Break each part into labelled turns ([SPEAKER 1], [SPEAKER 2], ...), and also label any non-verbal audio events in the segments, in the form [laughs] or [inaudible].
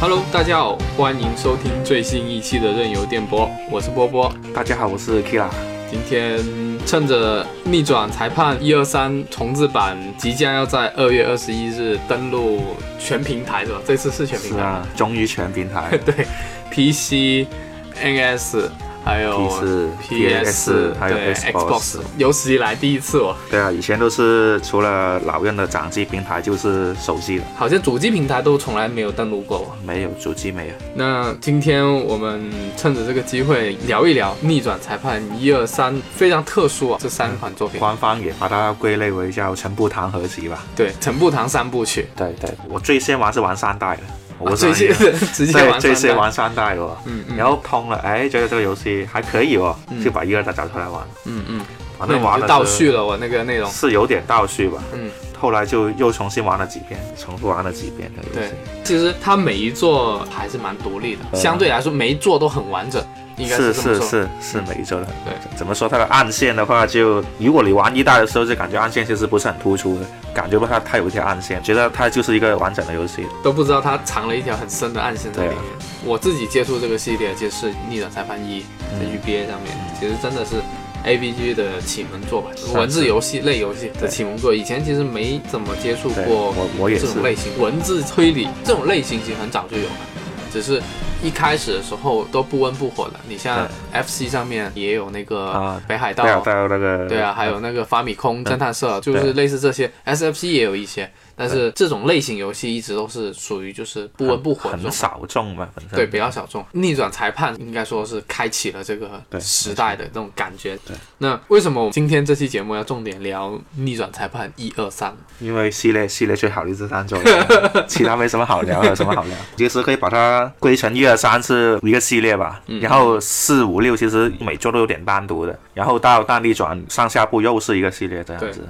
[SPEAKER 1] Hello，大家好，欢迎收听最新一期的任由电波，我是波波。
[SPEAKER 2] 大家好，我是 Kira。
[SPEAKER 1] 今天趁着《逆转裁判一二三》重制版即将要在二月二十一日登陆全平台是吧？这次是全平
[SPEAKER 2] 是
[SPEAKER 1] 台，
[SPEAKER 2] 啊，终于全平台
[SPEAKER 1] [laughs] 对，PC、NS 还有
[SPEAKER 2] PS PS 还有
[SPEAKER 1] 对
[SPEAKER 2] Xbox
[SPEAKER 1] 有史以来第一次哦，
[SPEAKER 2] 对啊，以前都是除了老任的掌机平台就是手机的，
[SPEAKER 1] 好像主机平台都从来没有登录过哦。
[SPEAKER 2] 没有主机没有。
[SPEAKER 1] 那今天我们趁着这个机会聊一聊《逆转裁判》一二三，非常特殊啊，这三款作品。
[SPEAKER 2] 官方也把它归类为叫陈步堂合集吧。
[SPEAKER 1] 对，陈步堂三部曲，
[SPEAKER 2] 对对，我最先玩是玩三代的，我
[SPEAKER 1] 啊
[SPEAKER 2] 是
[SPEAKER 1] 最
[SPEAKER 2] 玩
[SPEAKER 1] 先 [laughs] 直接
[SPEAKER 2] 对
[SPEAKER 1] 玩
[SPEAKER 2] 最
[SPEAKER 1] 三代
[SPEAKER 2] 先玩三代的，哦
[SPEAKER 1] 嗯
[SPEAKER 2] 然后通了，哎，觉得这个游戏还可以哦，就把一二代找出来玩。
[SPEAKER 1] 嗯嗯，那
[SPEAKER 2] 反正
[SPEAKER 1] 你
[SPEAKER 2] 玩
[SPEAKER 1] 就
[SPEAKER 2] 了
[SPEAKER 1] 倒叙了我那个内容。
[SPEAKER 2] 是有点倒叙吧。
[SPEAKER 1] 嗯，
[SPEAKER 2] 后来就又重新玩了几遍，重复玩了几遍的游
[SPEAKER 1] 对
[SPEAKER 2] 戏。，
[SPEAKER 1] 其实它每一座还是蛮独立的，
[SPEAKER 2] 嗯
[SPEAKER 1] 相对来说每一座都很完整，应该
[SPEAKER 2] 是
[SPEAKER 1] 这么
[SPEAKER 2] 是
[SPEAKER 1] 说。嗯
[SPEAKER 2] 是是每一周的。
[SPEAKER 1] 对，
[SPEAKER 2] 怎么说它的暗线的话就，如果你玩一代的时候，就感觉暗线其实不是很突出的，感觉不到它有一条暗线，觉得它就是一个完整的游戏。
[SPEAKER 1] 都不知道它藏了一条很深的暗线在里面
[SPEAKER 2] 对。啊
[SPEAKER 1] 我自己接触这个系列就是《逆转裁判一》在 UBA 上面，其实真的是 AVG 的启蒙作吧，
[SPEAKER 2] 嗯是
[SPEAKER 1] 文字游戏类游戏的
[SPEAKER 2] 对
[SPEAKER 1] 启蒙作。以前其实没怎么接触
[SPEAKER 2] 对
[SPEAKER 1] 过
[SPEAKER 2] 我我也
[SPEAKER 1] 这
[SPEAKER 2] 是
[SPEAKER 1] 种类型，文字推理这种类型其实很早就有了，只是。一开始的时候都不温不火的，你像 FC 上面也有那个
[SPEAKER 2] 啊
[SPEAKER 1] 北海道
[SPEAKER 2] 对啊，到那个
[SPEAKER 1] 对啊，还有那个法米空侦探社，啊就是
[SPEAKER 2] 呃对
[SPEAKER 1] 类似这些，SFC 也有一些，但是这种类型游戏一直都是属于就是不温不火这
[SPEAKER 2] 很
[SPEAKER 1] 种，
[SPEAKER 2] 少众嘛，本身
[SPEAKER 1] 对，比较小众。逆转裁判应该说是开启了这个
[SPEAKER 2] 对
[SPEAKER 1] 时代的那种感觉。
[SPEAKER 2] 对，
[SPEAKER 1] 那为什么我们今天这期节目要重点聊逆转裁判一二三？
[SPEAKER 2] 因为系列系列最好的
[SPEAKER 1] [laughs]
[SPEAKER 2] 是三种了，其他没什么好聊，有什么好聊？其实可以把它归成一二三是一个系列吧，
[SPEAKER 1] 嗯
[SPEAKER 2] 然后四五六其实每周都有点单独的，然后到大逆转上下部又是一个系列这样子，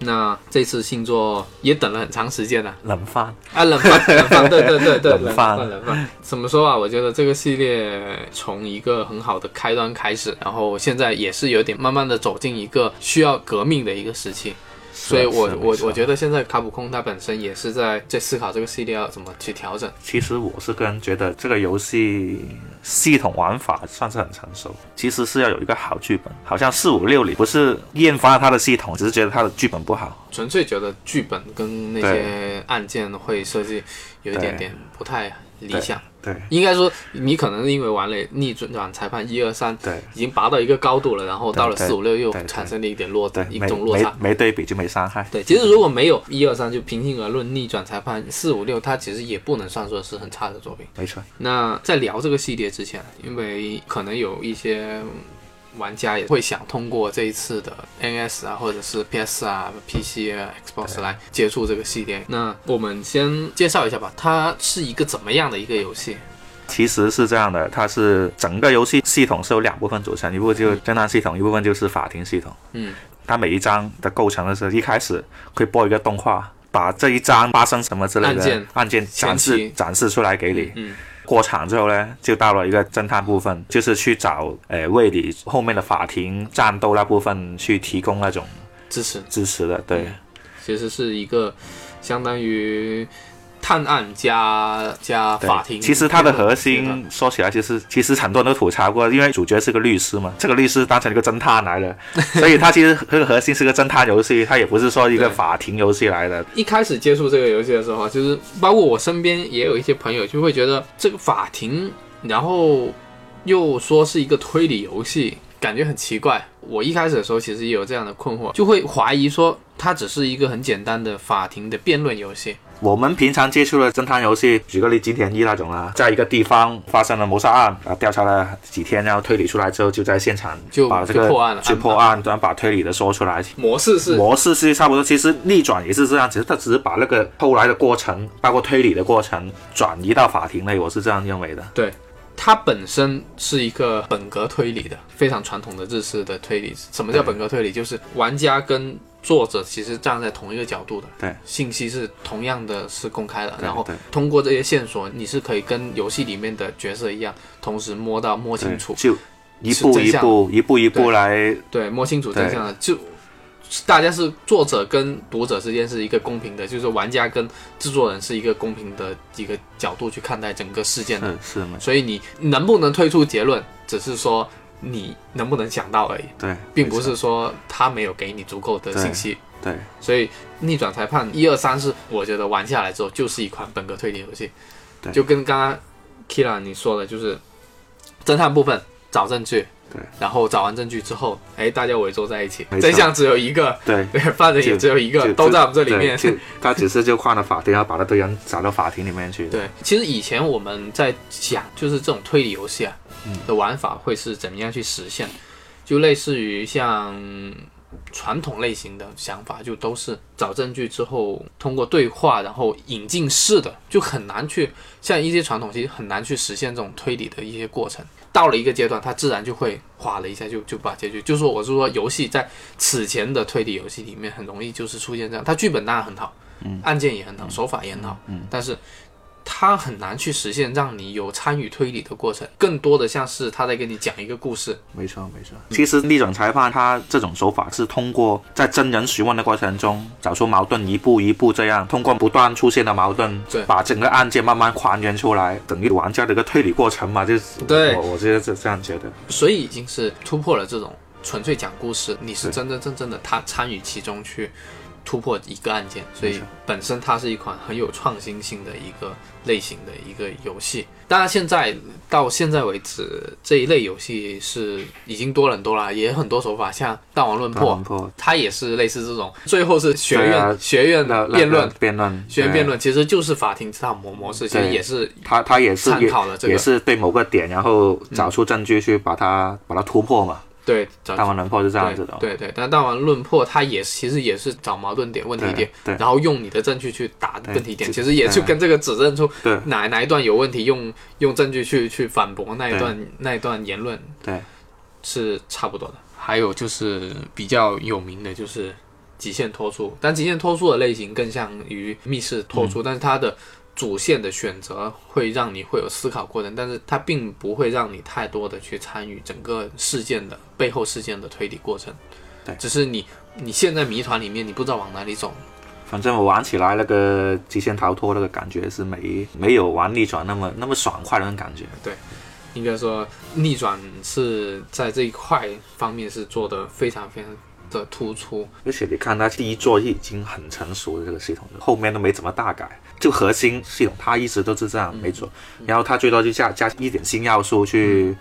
[SPEAKER 1] 那这次星座也等了很长时间了
[SPEAKER 2] 冷饭
[SPEAKER 1] 啊，冷饭，冷 [laughs] 饭，对对对对，冷
[SPEAKER 2] 冷饭
[SPEAKER 1] 冷饭。怎么说啊？我觉得这个系列从一个很好的开端开始，然后现在也是有点慢慢的走进一个需要革命的一个时期。所以我，我我觉得现在卡普空它本身也是在在思考这个系列要怎么去调整。
[SPEAKER 2] 其实我是个人觉得这个游戏系统玩法算是很成熟，其实是要有一个好剧本。好像四五六里不是厌烦了它的系统，只是觉得它的剧本不好。
[SPEAKER 1] 纯粹觉得剧本跟那些案件会设计有一点
[SPEAKER 2] 对
[SPEAKER 1] 点不太理想。
[SPEAKER 2] 对
[SPEAKER 1] 应该说，你可能因为玩了《逆转裁判》一二三，
[SPEAKER 2] 对
[SPEAKER 1] 已经拔到一个高度了，然后到了
[SPEAKER 2] 对对
[SPEAKER 1] 四五六又
[SPEAKER 2] 对对
[SPEAKER 1] 产生了一点落
[SPEAKER 2] 对，
[SPEAKER 1] 一
[SPEAKER 2] 没
[SPEAKER 1] 种落
[SPEAKER 2] 没
[SPEAKER 1] 差。
[SPEAKER 2] 没对比就没伤害。
[SPEAKER 1] 对，其实如果没有一二三，就平心而论，逆转裁判四五六，它其实也不能算作是很差的作品。
[SPEAKER 2] 没错，
[SPEAKER 1] 那在聊这个系列之前，因为可能有一些玩家也会想通过这一次的 NS 啊，或者是 PS 啊、PC 啊、Xbox 来接触这个系列。那我们先介绍一下吧，它是一个怎么样的一个游戏？
[SPEAKER 2] 其实是这样的，它是整个游戏系统是由两部分组成，一部分就是侦探系统，一部分就是法庭系统。
[SPEAKER 1] 嗯，
[SPEAKER 2] 它每一章的构成的是一开始会播一个动画，把这一章发生什么之类的
[SPEAKER 1] 案件
[SPEAKER 2] 展
[SPEAKER 1] 前
[SPEAKER 2] 示
[SPEAKER 1] 期
[SPEAKER 2] 展示出来给你。
[SPEAKER 1] 嗯
[SPEAKER 2] 过场之后呢，就到了一个侦探部分，就是去找呃为你后面的法庭战斗那部分去提供那种
[SPEAKER 1] 支持
[SPEAKER 2] 支持的。对，
[SPEAKER 1] 其实是一个相当于探案加加
[SPEAKER 2] 对
[SPEAKER 1] 法庭。
[SPEAKER 2] 其实它的核心说起来，其实其实很多人都吐槽过，因为主角是个律师嘛，这个律师当成一个侦探来的，所以它其实这个核心是个侦探游戏，它也不是说一个
[SPEAKER 1] 对
[SPEAKER 2] 法庭游戏来的。
[SPEAKER 1] 一开始接触这个游戏的时候啊，就是包括我身边也有一些朋友就会觉得这个法庭，然后又说是一个推理游戏，感觉很奇怪。我一开始的时候其实也有这样的困惑，就会怀疑说它只是一个很简单的法庭的辩论游戏。
[SPEAKER 2] 我们平常接触的侦探游戏，举个例，金田一那种啦，在一个地方发生了谋杀案，啊，调查了几天，然后推理出来之后，就在现场
[SPEAKER 1] 就
[SPEAKER 2] 把这个
[SPEAKER 1] 就破案了
[SPEAKER 2] 去破案，然后把推理的说出来。
[SPEAKER 1] 模式是
[SPEAKER 2] 模式是差不多，其实逆转也是这样，只是它只是把那个后来的过程，包括推理的过程，转移到法庭内，我是这样认为的。
[SPEAKER 1] 对，它本身是一个本格推理的，非常传统的日式的推理。什么叫本格推理？就是玩家跟作者其实站在同一个角度的，
[SPEAKER 2] 对，
[SPEAKER 1] 信息是同样的是公开的，
[SPEAKER 2] 对
[SPEAKER 1] 然后
[SPEAKER 2] 对
[SPEAKER 1] 通过这些线索，你是可以跟游戏里面的角色一样，同时摸到摸清楚，
[SPEAKER 2] 就一
[SPEAKER 1] 是
[SPEAKER 2] 步
[SPEAKER 1] 真
[SPEAKER 2] 一
[SPEAKER 1] 相
[SPEAKER 2] 步、一步一步来，
[SPEAKER 1] 对，摸清楚真相的就。大家是作者跟读者之间是一个公平的，就是玩家跟制作人是一个公平的一个角度去看待整个事件的。
[SPEAKER 2] 是嗯是没
[SPEAKER 1] 所以你能不能推出结论，只是说你能不能想到而已，
[SPEAKER 2] 对，
[SPEAKER 1] 并不
[SPEAKER 2] 没错
[SPEAKER 1] 是说他没有给你足够的信息。
[SPEAKER 2] 对
[SPEAKER 1] 所以《逆转裁判》一二三是我觉得玩下来之后就是一款本格推理游戏，
[SPEAKER 2] 对
[SPEAKER 1] 就跟刚刚 Kira 你说的，就是侦探部分找证据，
[SPEAKER 2] 对，
[SPEAKER 1] 然后找完证据之后，哎，大家围坐在一起，
[SPEAKER 2] 没错
[SPEAKER 1] 真相只有一个， [laughs]
[SPEAKER 2] 对。
[SPEAKER 1] 对，犯人也
[SPEAKER 2] 就
[SPEAKER 1] 只有一个
[SPEAKER 2] 就，
[SPEAKER 1] 都在我们这里面。
[SPEAKER 2] 对就他只是就换了法庭，然后把那堆人找到法庭里面去。
[SPEAKER 1] 对，其实以前我们在讲，就是这种推理游戏啊的玩法会是怎么样去实现，就类似于像传统类型的想法，就都是找证据之后通过对话，然后引进式的，就很难去像一些传统其实很难去实现这种推理的一些过程。到了一个阶段，它自然就会哗了一下就就把结局，就是说我是说游戏在此前的推理游戏里面很容易就是出现这样，它剧本当然很好，案件也很好，手法也很好，但是它很难去实现让你有参与推理的过程，更多的像是他在给你讲一个故事。
[SPEAKER 2] 没错，没错。
[SPEAKER 1] 嗯
[SPEAKER 2] 其实逆转裁判他这种手法是通过在真人询问的过程中找出矛盾，一步一步这样通过不断出现的矛盾
[SPEAKER 1] 对，
[SPEAKER 2] 把整个案件慢慢还原出来，等于玩家的一个推理过程嘛。就是
[SPEAKER 1] 对
[SPEAKER 2] 我我觉得是这样觉得。
[SPEAKER 1] 所以已经是突破了这种纯粹讲故事，你是真真正正的他参与其中去突破一个案件，所以本身它是一款很有创新性的一个类型的一个游戏。当然，现在到现在为止，这一类游戏是已经多很多了，也有很多手法，像《弹丸论破》，
[SPEAKER 2] 破
[SPEAKER 1] 它也是类似这种，最后是学
[SPEAKER 2] 对
[SPEAKER 1] 院、
[SPEAKER 2] 啊
[SPEAKER 1] 学院
[SPEAKER 2] 那那
[SPEAKER 1] 辩论
[SPEAKER 2] 那。辩论
[SPEAKER 1] 学院
[SPEAKER 2] 对
[SPEAKER 1] 辩论其实就是法庭探模模式，其实
[SPEAKER 2] 对
[SPEAKER 1] 也是
[SPEAKER 2] 他他也是
[SPEAKER 1] 参
[SPEAKER 2] 也
[SPEAKER 1] 考了这个
[SPEAKER 2] 也是对某个点，然后找出证据去把它、把它突破嘛。
[SPEAKER 1] 对找
[SPEAKER 2] 弹丸论破是这样子
[SPEAKER 1] 嗯对
[SPEAKER 2] 的。
[SPEAKER 1] 对对，但弹丸论破它也是其实也是找矛盾点、问题点，
[SPEAKER 2] 对
[SPEAKER 1] 然后用你的证据去打
[SPEAKER 2] 对
[SPEAKER 1] 问题点，
[SPEAKER 2] 这
[SPEAKER 1] 其实也就跟这个指证出
[SPEAKER 2] 对
[SPEAKER 1] 哪哪一段有问题，用用证据去去反驳那一段那一段言论
[SPEAKER 2] 对
[SPEAKER 1] 是差不多的。还有就是比较有名的就是极限脱出，但极限脱出的类型更像于密室脱出，但是它的主线的选择会让你会有思考过程，但是它并不会让你太多的去参与整个事件的背后事件的推理过程。
[SPEAKER 2] 对
[SPEAKER 1] 只是你你陷在谜团里面，你不知道往哪里走。
[SPEAKER 2] 反正我玩起来那个极限逃脱那个感觉是没没有玩逆转那么那么爽快的那种感觉。
[SPEAKER 1] 应该说，逆转是在这一块方面是做的非常非常的突出。
[SPEAKER 2] 而且你看它第一座已经很成熟的这个系统了，后面都没怎么大改，就核心系统它一直都是这
[SPEAKER 1] 嗯
[SPEAKER 2] 样没错。然后它最多就加加一点新要素去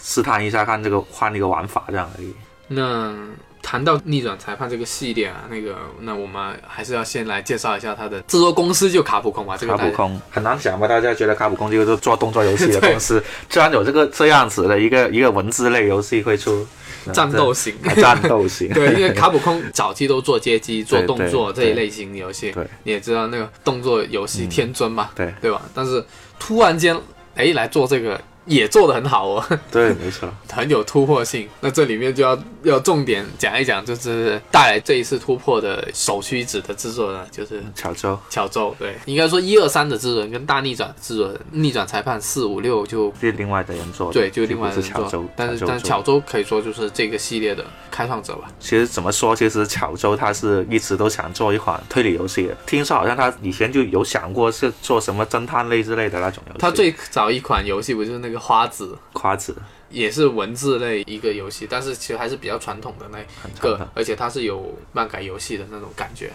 [SPEAKER 2] 试探一下，看这个换一个玩法这样而已。
[SPEAKER 1] 那谈到逆转裁判这个系列啊，那个那我们还是要先来介绍一下它的制作公司，就卡普空吧。这个
[SPEAKER 2] 卡
[SPEAKER 1] 大
[SPEAKER 2] 普
[SPEAKER 1] 家
[SPEAKER 2] 空很难想吧？大家觉得卡普空就是做动作游戏的
[SPEAKER 1] [laughs]
[SPEAKER 2] 公司，居然有这个这样子的一个一个文字类游戏会出
[SPEAKER 1] 战斗型。
[SPEAKER 2] 还战斗型，
[SPEAKER 1] [laughs] 对，因为卡普空早期都做街机、做
[SPEAKER 2] 对
[SPEAKER 1] 动作
[SPEAKER 2] 对
[SPEAKER 1] 这一类型的游戏
[SPEAKER 2] 对，嗯
[SPEAKER 1] 你也知道那个动作游戏天尊嘛，
[SPEAKER 2] 对
[SPEAKER 1] 对吧？但是突然间，哎，来做这个也做得很好哦， [laughs]
[SPEAKER 2] 对，没错，
[SPEAKER 1] 很有突破性。那这里面就要要重点讲一讲，就是带来这一次突破的首屈一指的制作人，就是
[SPEAKER 2] 巧周。
[SPEAKER 1] 巧周，对，应该说一二三的制作人跟大逆转制作人，逆转裁判四五六就
[SPEAKER 2] 就是另外的人做的，
[SPEAKER 1] 对，就
[SPEAKER 2] 不
[SPEAKER 1] 另外
[SPEAKER 2] 是
[SPEAKER 1] 人
[SPEAKER 2] 巧周
[SPEAKER 1] 做，，但是
[SPEAKER 2] 巧周
[SPEAKER 1] 但
[SPEAKER 2] 做
[SPEAKER 1] 巧周可以说就是这个系列的开创者吧。
[SPEAKER 2] 其实怎么说，其实巧周他是一直都想做一款推理游戏的，听说好像他以前就有想过是做什么侦探类之类的那种游戏。
[SPEAKER 1] 他最早一款游戏不就是那个花子，
[SPEAKER 2] 夸子，
[SPEAKER 1] 也是文字类一个游戏，但是其实还是比较传统的那
[SPEAKER 2] 很长
[SPEAKER 1] 个
[SPEAKER 2] 的，。
[SPEAKER 1] 而且它是有漫改游戏的那种感觉。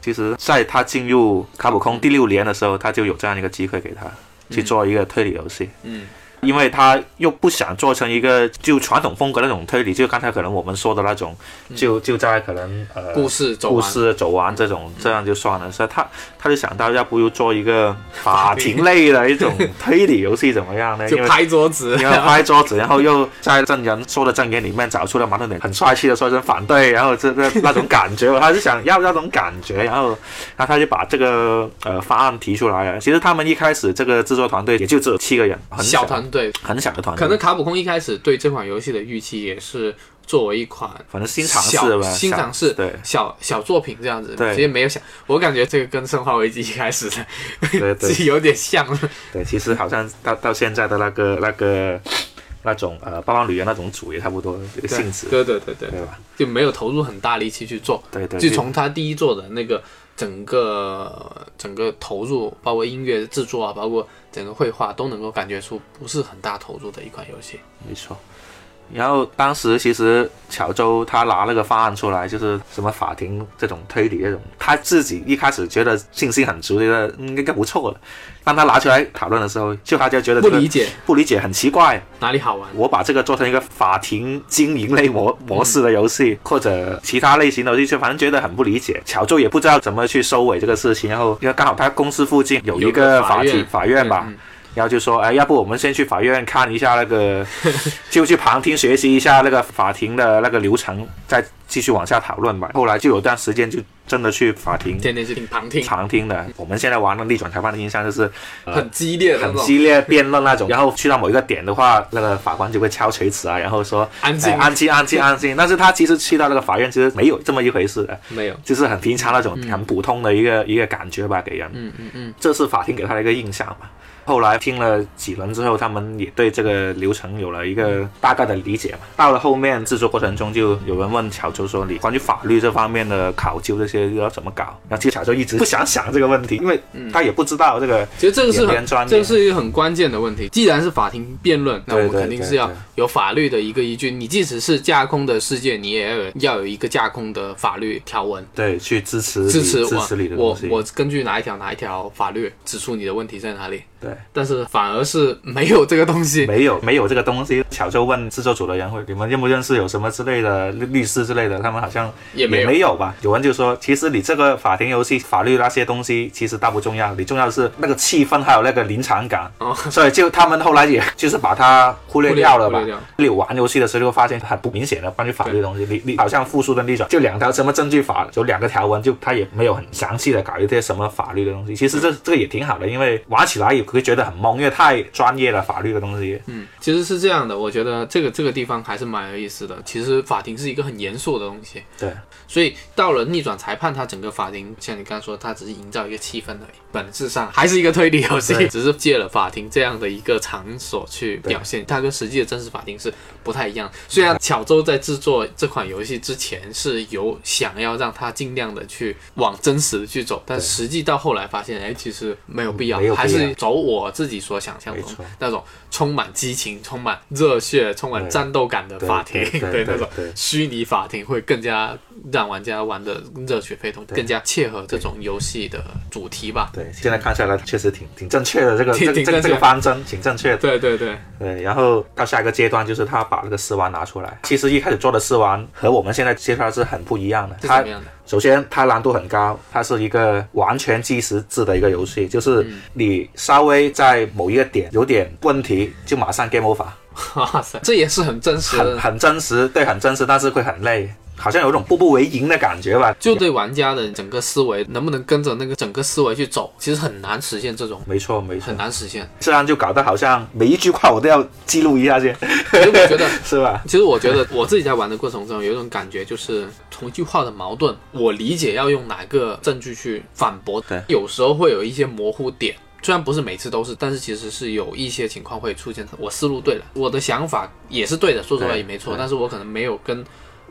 [SPEAKER 2] 其实，在他进入卡普空第六年的时候，他就有这样一个机会给他去做一个推理游戏。
[SPEAKER 1] 嗯，
[SPEAKER 2] 因为他又不想做成一个就传统风格那种推理，就刚才可能我们说的那种，就就在可能呃
[SPEAKER 1] 嗯故事走
[SPEAKER 2] 故
[SPEAKER 1] 完，嗯
[SPEAKER 2] 事走完这种，这样就算了。所以他他就想到，要不如做一个法庭类的一种推理游戏怎么样呢？
[SPEAKER 1] [laughs] 就
[SPEAKER 2] 因为
[SPEAKER 1] 拍桌子，
[SPEAKER 2] 因为拍桌子，然后又在证人说的证言里面找出了矛盾点，很帅气的说一声反对，然后这这那种感觉，他就想要那种感觉，然后然后他就把这个呃方案提出来了。其实他们一开始这个制作团队也就只有七个人，很
[SPEAKER 1] 小团队。
[SPEAKER 2] 很小的团队，
[SPEAKER 1] 可能卡普空一开始对这款游戏的预期也是作为一款
[SPEAKER 2] 反正新尝试吧，
[SPEAKER 1] 小新尝试
[SPEAKER 2] 对
[SPEAKER 1] 小小作品这样子，
[SPEAKER 2] 对
[SPEAKER 1] 其实没有想，我感觉这个跟《生化危机》一开始的
[SPEAKER 2] 对对
[SPEAKER 1] 是有点像，
[SPEAKER 2] 对，其实好像到到现在的那个那个那种呃《八方旅人》那种主也差不多这个性质，
[SPEAKER 1] 对对对对，
[SPEAKER 2] 对吧？
[SPEAKER 1] 就没有投入很大力气去做，
[SPEAKER 2] 对对，
[SPEAKER 1] 就从他第一做的那个整个整个投入，包括音乐制作啊，包括整个绘画，都能够感觉出不是很大投入的一款游戏。
[SPEAKER 2] 没错。然后当时其实乔州他拿那个方案出来，就是什么法庭这种推理这种，他自己一开始觉得信心很足，觉得嗯应该不错了。当他拿出来讨论的时候，就他就觉得
[SPEAKER 1] 不
[SPEAKER 2] 这个
[SPEAKER 1] 理解
[SPEAKER 2] 不理解很奇怪。
[SPEAKER 1] 哪里好玩？
[SPEAKER 2] 我把这个做成一个法庭经营类模模式的游戏，或者其他类型的游戏，就反正觉得很不理解。乔州也不知道怎么去收尾这个事情，然后因为刚好他公司附近有一
[SPEAKER 1] 个
[SPEAKER 2] 个法庭
[SPEAKER 1] 院
[SPEAKER 2] 法院吧，
[SPEAKER 1] 嗯嗯
[SPEAKER 2] 然后就说，哎，要不我们先去法院看一下
[SPEAKER 1] [laughs]
[SPEAKER 2] 那个，就去旁听学习一下那个法庭的那个流程，再继续往下讨论吧。后来就有段时间就真的去法庭
[SPEAKER 1] 天天是挺旁听，
[SPEAKER 2] 旁听的。我们现在玩的逆转裁判的印象就是呃
[SPEAKER 1] 很激烈的那
[SPEAKER 2] 很
[SPEAKER 1] 种，
[SPEAKER 2] 激烈辩论那种，然后去到某一个点的话，那个法官就会敲锤子啊，然后说
[SPEAKER 1] 安静
[SPEAKER 2] 哎安静，安静，安静。但是他其实去到那个法院，其实没有这么一回事的。
[SPEAKER 1] 没有，
[SPEAKER 2] 就是很平常那种很普通的一个、一个感觉吧，给人。
[SPEAKER 1] 嗯嗯嗯，
[SPEAKER 2] 这是法庭给他的一个印象吧。后来听了几轮之后，他们也对这个流程有了一
[SPEAKER 1] 嗯
[SPEAKER 2] 个大概的理解嘛。到了后面制作过程中，就有人问巧周说：“你关于法律这方面的考究这些要怎么搞？”然后其实巧周一直不想想这个问题，因为
[SPEAKER 1] 嗯
[SPEAKER 2] 他也不知道这个
[SPEAKER 1] 其实这个是
[SPEAKER 2] 也
[SPEAKER 1] 很
[SPEAKER 2] 偏专业
[SPEAKER 1] 这个是一个很关键的问题。既然是法庭辩论，那我们
[SPEAKER 2] 对对
[SPEAKER 1] 肯定
[SPEAKER 2] 对
[SPEAKER 1] 是要
[SPEAKER 2] 对
[SPEAKER 1] 有法律的一个依据。你即使是架空的世界，你也要有要有一个架空的法律条文。
[SPEAKER 2] 对去支持你
[SPEAKER 1] 支持
[SPEAKER 2] 支
[SPEAKER 1] 我
[SPEAKER 2] 持你的东
[SPEAKER 1] 我
[SPEAKER 2] 西。
[SPEAKER 1] 我根据哪一条哪一条法律指出你的问题在哪里，
[SPEAKER 2] 对，
[SPEAKER 1] 但是反而是没有这个东西。
[SPEAKER 2] 没有没有这个东西。巧周问制作组的人会，你们认不认识有什么之类的律律师之类的？他们好像
[SPEAKER 1] 也没有
[SPEAKER 2] 没有吧。有人就说，其实你这个法庭游戏法律那些东西其实大不重要，你重要的是那个气氛还有那个临场感。
[SPEAKER 1] 哦
[SPEAKER 2] 所以就他们后来也就是把它忽略掉了吧
[SPEAKER 1] 忽略忽略掉。
[SPEAKER 2] 你玩游戏的时候就会发现很不明显的关于法律的东西，你你好像复述的那种，就两条什么证据法有两个条文，就他也没有很详细的搞一些什么法律的东西。其实这这个也挺好的，因为玩起来也会觉得很懵，因为太专业了法律的东西。
[SPEAKER 1] 嗯，其实是这样的，我觉得这个这个地方还是蛮有意思的。其实法庭是一个很严肃的东西，
[SPEAKER 2] 对，
[SPEAKER 1] 所以到了逆转裁判，它整个法庭像你刚刚说，它只是营造一个气氛而已，本质上还是一个推理游戏，
[SPEAKER 2] 对
[SPEAKER 1] 只是借了法庭这样的一个场所去表现，它跟实际的真实法庭是不太一样。虽然巧周在制作这款游戏之前是有想要让它尽量的去往真实的去走，但实际到后来发现，哎，其实没有必要，
[SPEAKER 2] 嗯没有必要
[SPEAKER 1] 还是走我自己所想象
[SPEAKER 2] 没
[SPEAKER 1] 中
[SPEAKER 2] 错
[SPEAKER 1] 那种充满激情、充满热血、充满
[SPEAKER 2] 对
[SPEAKER 1] 战斗感的
[SPEAKER 2] 对
[SPEAKER 1] 法庭，
[SPEAKER 2] 对对
[SPEAKER 1] 对
[SPEAKER 2] 对
[SPEAKER 1] 那种
[SPEAKER 2] 对
[SPEAKER 1] 虚拟法庭会更加让玩家玩的热血沸腾，更加切合这种游戏的主题吧。
[SPEAKER 2] 对，现在看下来确实挺挺正确的，这个
[SPEAKER 1] 挺
[SPEAKER 2] 这个
[SPEAKER 1] 挺
[SPEAKER 2] 这
[SPEAKER 1] 正确
[SPEAKER 2] 个这个方针挺正确的。
[SPEAKER 1] 对对对，
[SPEAKER 2] 对，然后到下一个阶段就是他把那个试玩拿出来。其实一开始做的试玩和我们现在介绍的是很不一样的。
[SPEAKER 1] 是
[SPEAKER 2] 它
[SPEAKER 1] 怎么样的？
[SPEAKER 2] 首先它难度很高，它是一个完全计时制的一个游戏，就是
[SPEAKER 1] 嗯
[SPEAKER 2] 你稍微在某一个点有点问题，就马上 game over，
[SPEAKER 1] 哇塞，这也是很真实
[SPEAKER 2] 很
[SPEAKER 1] 的，
[SPEAKER 2] 很真实，对，很真实，但是会很累，好像有种步步为营的感觉吧。
[SPEAKER 1] 就对玩家的整个思维能不能跟着那个整个思维去走，其实很难实现这种，
[SPEAKER 2] 没错，没错
[SPEAKER 1] 很，难实 [laughs] 现。
[SPEAKER 2] 这样就搞得好像每一句话我都要记录一下先，
[SPEAKER 1] 所以我觉得
[SPEAKER 2] 是吧？
[SPEAKER 1] 其实我觉得我自己在玩的过程中，有一种感觉，就是同一句话的矛盾，我理解要用哪个证据去反驳，
[SPEAKER 2] 对
[SPEAKER 1] 有时候会有一些模糊点。虽然不是每次都是，但是其实是有一些情况会出现。我思路对了，我的想法也是对的，说出来
[SPEAKER 2] 对
[SPEAKER 1] 也没错，
[SPEAKER 2] 对
[SPEAKER 1] 但是我可能没有跟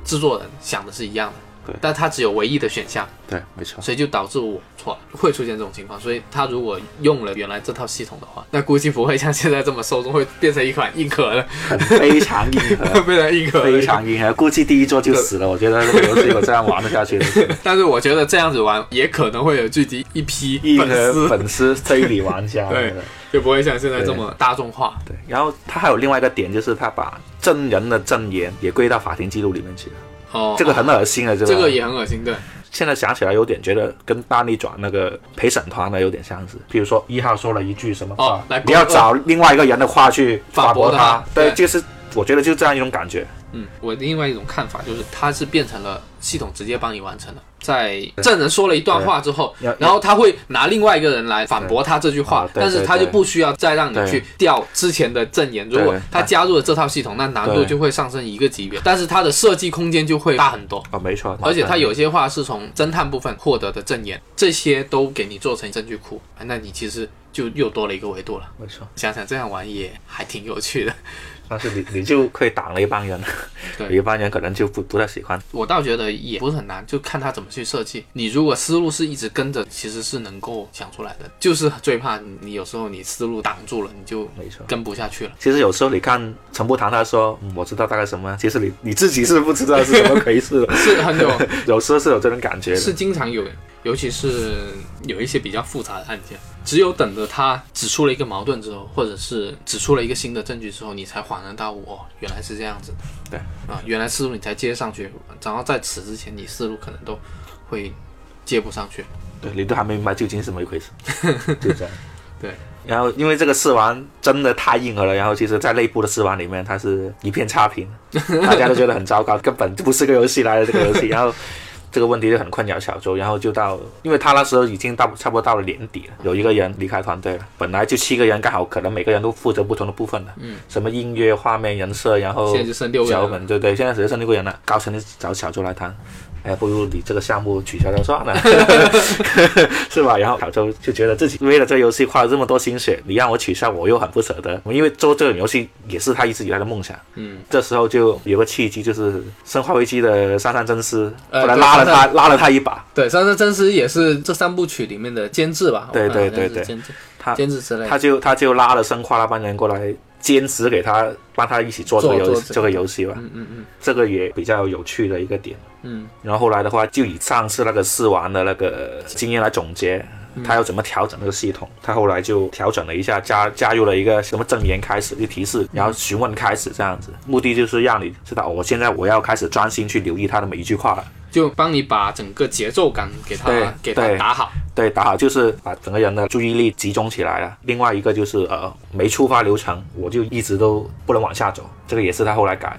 [SPEAKER 1] 制作人想的是一样的。
[SPEAKER 2] 对
[SPEAKER 1] 但它只有唯一的选项，
[SPEAKER 2] 对，
[SPEAKER 1] [laughs]
[SPEAKER 2] 没错。
[SPEAKER 1] 所以就导致我错了，会出现这种情况。所以他如果用了原来这套系统的话，那估计不会像现在这么受众，会变成一款硬核了，
[SPEAKER 2] 很非常硬核，
[SPEAKER 1] [laughs] 变成硬核了。
[SPEAKER 2] 非常硬核，估计第一座就死了。我觉得这个游戏我这样玩得
[SPEAKER 1] [laughs]
[SPEAKER 2] 下去，
[SPEAKER 1] 但是我觉得这样子玩也可能会有聚集一批
[SPEAKER 2] 硬
[SPEAKER 1] 粉
[SPEAKER 2] 核
[SPEAKER 1] 丝，
[SPEAKER 2] 粉丝推理玩家。
[SPEAKER 1] 对，就不会像现在这么大众化。
[SPEAKER 2] 对。然后他还有另外一个点，就是他把证人的证言也归到法庭记录里面去了，
[SPEAKER 1] 哦，
[SPEAKER 2] 这个很恶心的，这
[SPEAKER 1] 这个也很恶心，对，
[SPEAKER 2] 现在想起来有点觉得跟大逆转那个陪审团的有点相似。比如说一号说了一句什么话，
[SPEAKER 1] 哦来
[SPEAKER 2] 你要找另外一个人的话去
[SPEAKER 1] 反驳
[SPEAKER 2] 驳
[SPEAKER 1] 他
[SPEAKER 2] 对，
[SPEAKER 1] 对
[SPEAKER 2] 就是我觉得就是这样一种感觉。
[SPEAKER 1] 嗯，我另外一种看法就是，它是变成了系统直接帮你完成了，在证人说了一段话之后
[SPEAKER 2] 对要，
[SPEAKER 1] 然后他会拿另外一个人来反驳他这句话
[SPEAKER 2] 对，对
[SPEAKER 1] 但是他就不需要再让你
[SPEAKER 2] 对
[SPEAKER 1] 去调之前的证言。如果
[SPEAKER 2] 对
[SPEAKER 1] 他加入了这套系统，那难度
[SPEAKER 2] 对
[SPEAKER 1] 就会上升一个级别，但是它的设计空间就会大很多。
[SPEAKER 2] 哦，没错，
[SPEAKER 1] 而且他有些话是从侦探部分获得的证言，这些都给你做成证据库，哎那你其实就又多了一个维度了。
[SPEAKER 2] 没错。
[SPEAKER 1] 想想这样玩也还挺有趣的， [laughs]
[SPEAKER 2] 但是你你就会挡了一帮人，
[SPEAKER 1] 对
[SPEAKER 2] 有一帮人可能就不不太喜欢。
[SPEAKER 1] 我倒觉得也不是很难，就看他怎么去设计。你如果思路是一直跟着，其实是能够想出来的。就是最怕你你有时候你思路挡住了，你就
[SPEAKER 2] 没错
[SPEAKER 1] 跟不下去了。，
[SPEAKER 2] 其实有时候你看陈步堂他说、嗯我知道大概什么，其实你你自己是不知道是怎么回事的
[SPEAKER 1] [laughs] 是很有，
[SPEAKER 2] 有时候是有这种感觉的。
[SPEAKER 1] 是经常有，尤其是有一些比较复杂的案件，只有等着他指出了一个矛盾之后，或者是指出了一个新的证据之后，你才恍然大悟，哦，原来是这样子。
[SPEAKER 2] 对
[SPEAKER 1] 啊，原来思路你才接上去，然后在此之前，你思路可能都会接不上去。
[SPEAKER 2] 对你都还没明白究竟是怎么
[SPEAKER 1] [laughs]
[SPEAKER 2] 一回事，就这样。
[SPEAKER 1] 对，
[SPEAKER 2] 然后因为这个试玩真的太硬核了，然后其实在内部的试玩里面，它是一片差
[SPEAKER 1] [laughs]
[SPEAKER 2] 评，大家都觉得很糟糕，根本就不是个游戏来的这个游戏。然后这个问题就很困扰小周，然后就到，因为他那时候已经到差不多到了年底了，有一个人离开团队了，本来就七个人，刚好可能每个人都负责不同的部分的，嗯，什么音乐、画面、人设，然后
[SPEAKER 1] 现在就剩六个人
[SPEAKER 2] 脚
[SPEAKER 1] 了
[SPEAKER 2] 本，对对，现在只剩六个人了，高层就找小周来谈。哎，不如你这个项目取消掉算了，是吧？然后小周就觉得自己为了这个游戏花了这么多心血，你让我取消，我又很不舍得，因为做这种游戏也是他一直以来的梦想。
[SPEAKER 1] 嗯，
[SPEAKER 2] 这时候就有个契机，就是《生化危机》的杉上真司，
[SPEAKER 1] 呃
[SPEAKER 2] 后来哎拉了
[SPEAKER 1] 对杉
[SPEAKER 2] 他、拉了他一把，
[SPEAKER 1] 对，山山真司也是这三部曲里面的监制吧？
[SPEAKER 2] 对
[SPEAKER 1] 我看好像
[SPEAKER 2] 对
[SPEAKER 1] 是
[SPEAKER 2] 对
[SPEAKER 1] 监制
[SPEAKER 2] 他
[SPEAKER 1] 监制之类的。
[SPEAKER 2] 他就他就拉了生化那帮人过来。兼职给他帮他一起做这个
[SPEAKER 1] 做
[SPEAKER 2] 游
[SPEAKER 1] 做
[SPEAKER 2] 戏这个游戏吧，
[SPEAKER 1] 嗯嗯嗯
[SPEAKER 2] 这个也比较有趣的一个点。
[SPEAKER 1] 嗯，
[SPEAKER 2] 然后后来的话，就以上次那个试玩的那个经验来总结，他要怎么调整这个系统。他后来就调整了一下，加加入了一个什么证言开始就提示，然后询问开始这样子，目的就是让你知道，我哦现在我要开始专心去留意他的每一句话了。
[SPEAKER 1] 就帮你把整个节奏感给他
[SPEAKER 2] 对
[SPEAKER 1] 给他
[SPEAKER 2] 对
[SPEAKER 1] 打好。
[SPEAKER 2] 对，打好就是把整个人的注意力集中起来了。另外一个就是呃，没触发流程，我就一直都不能往下走，这个也是他后来改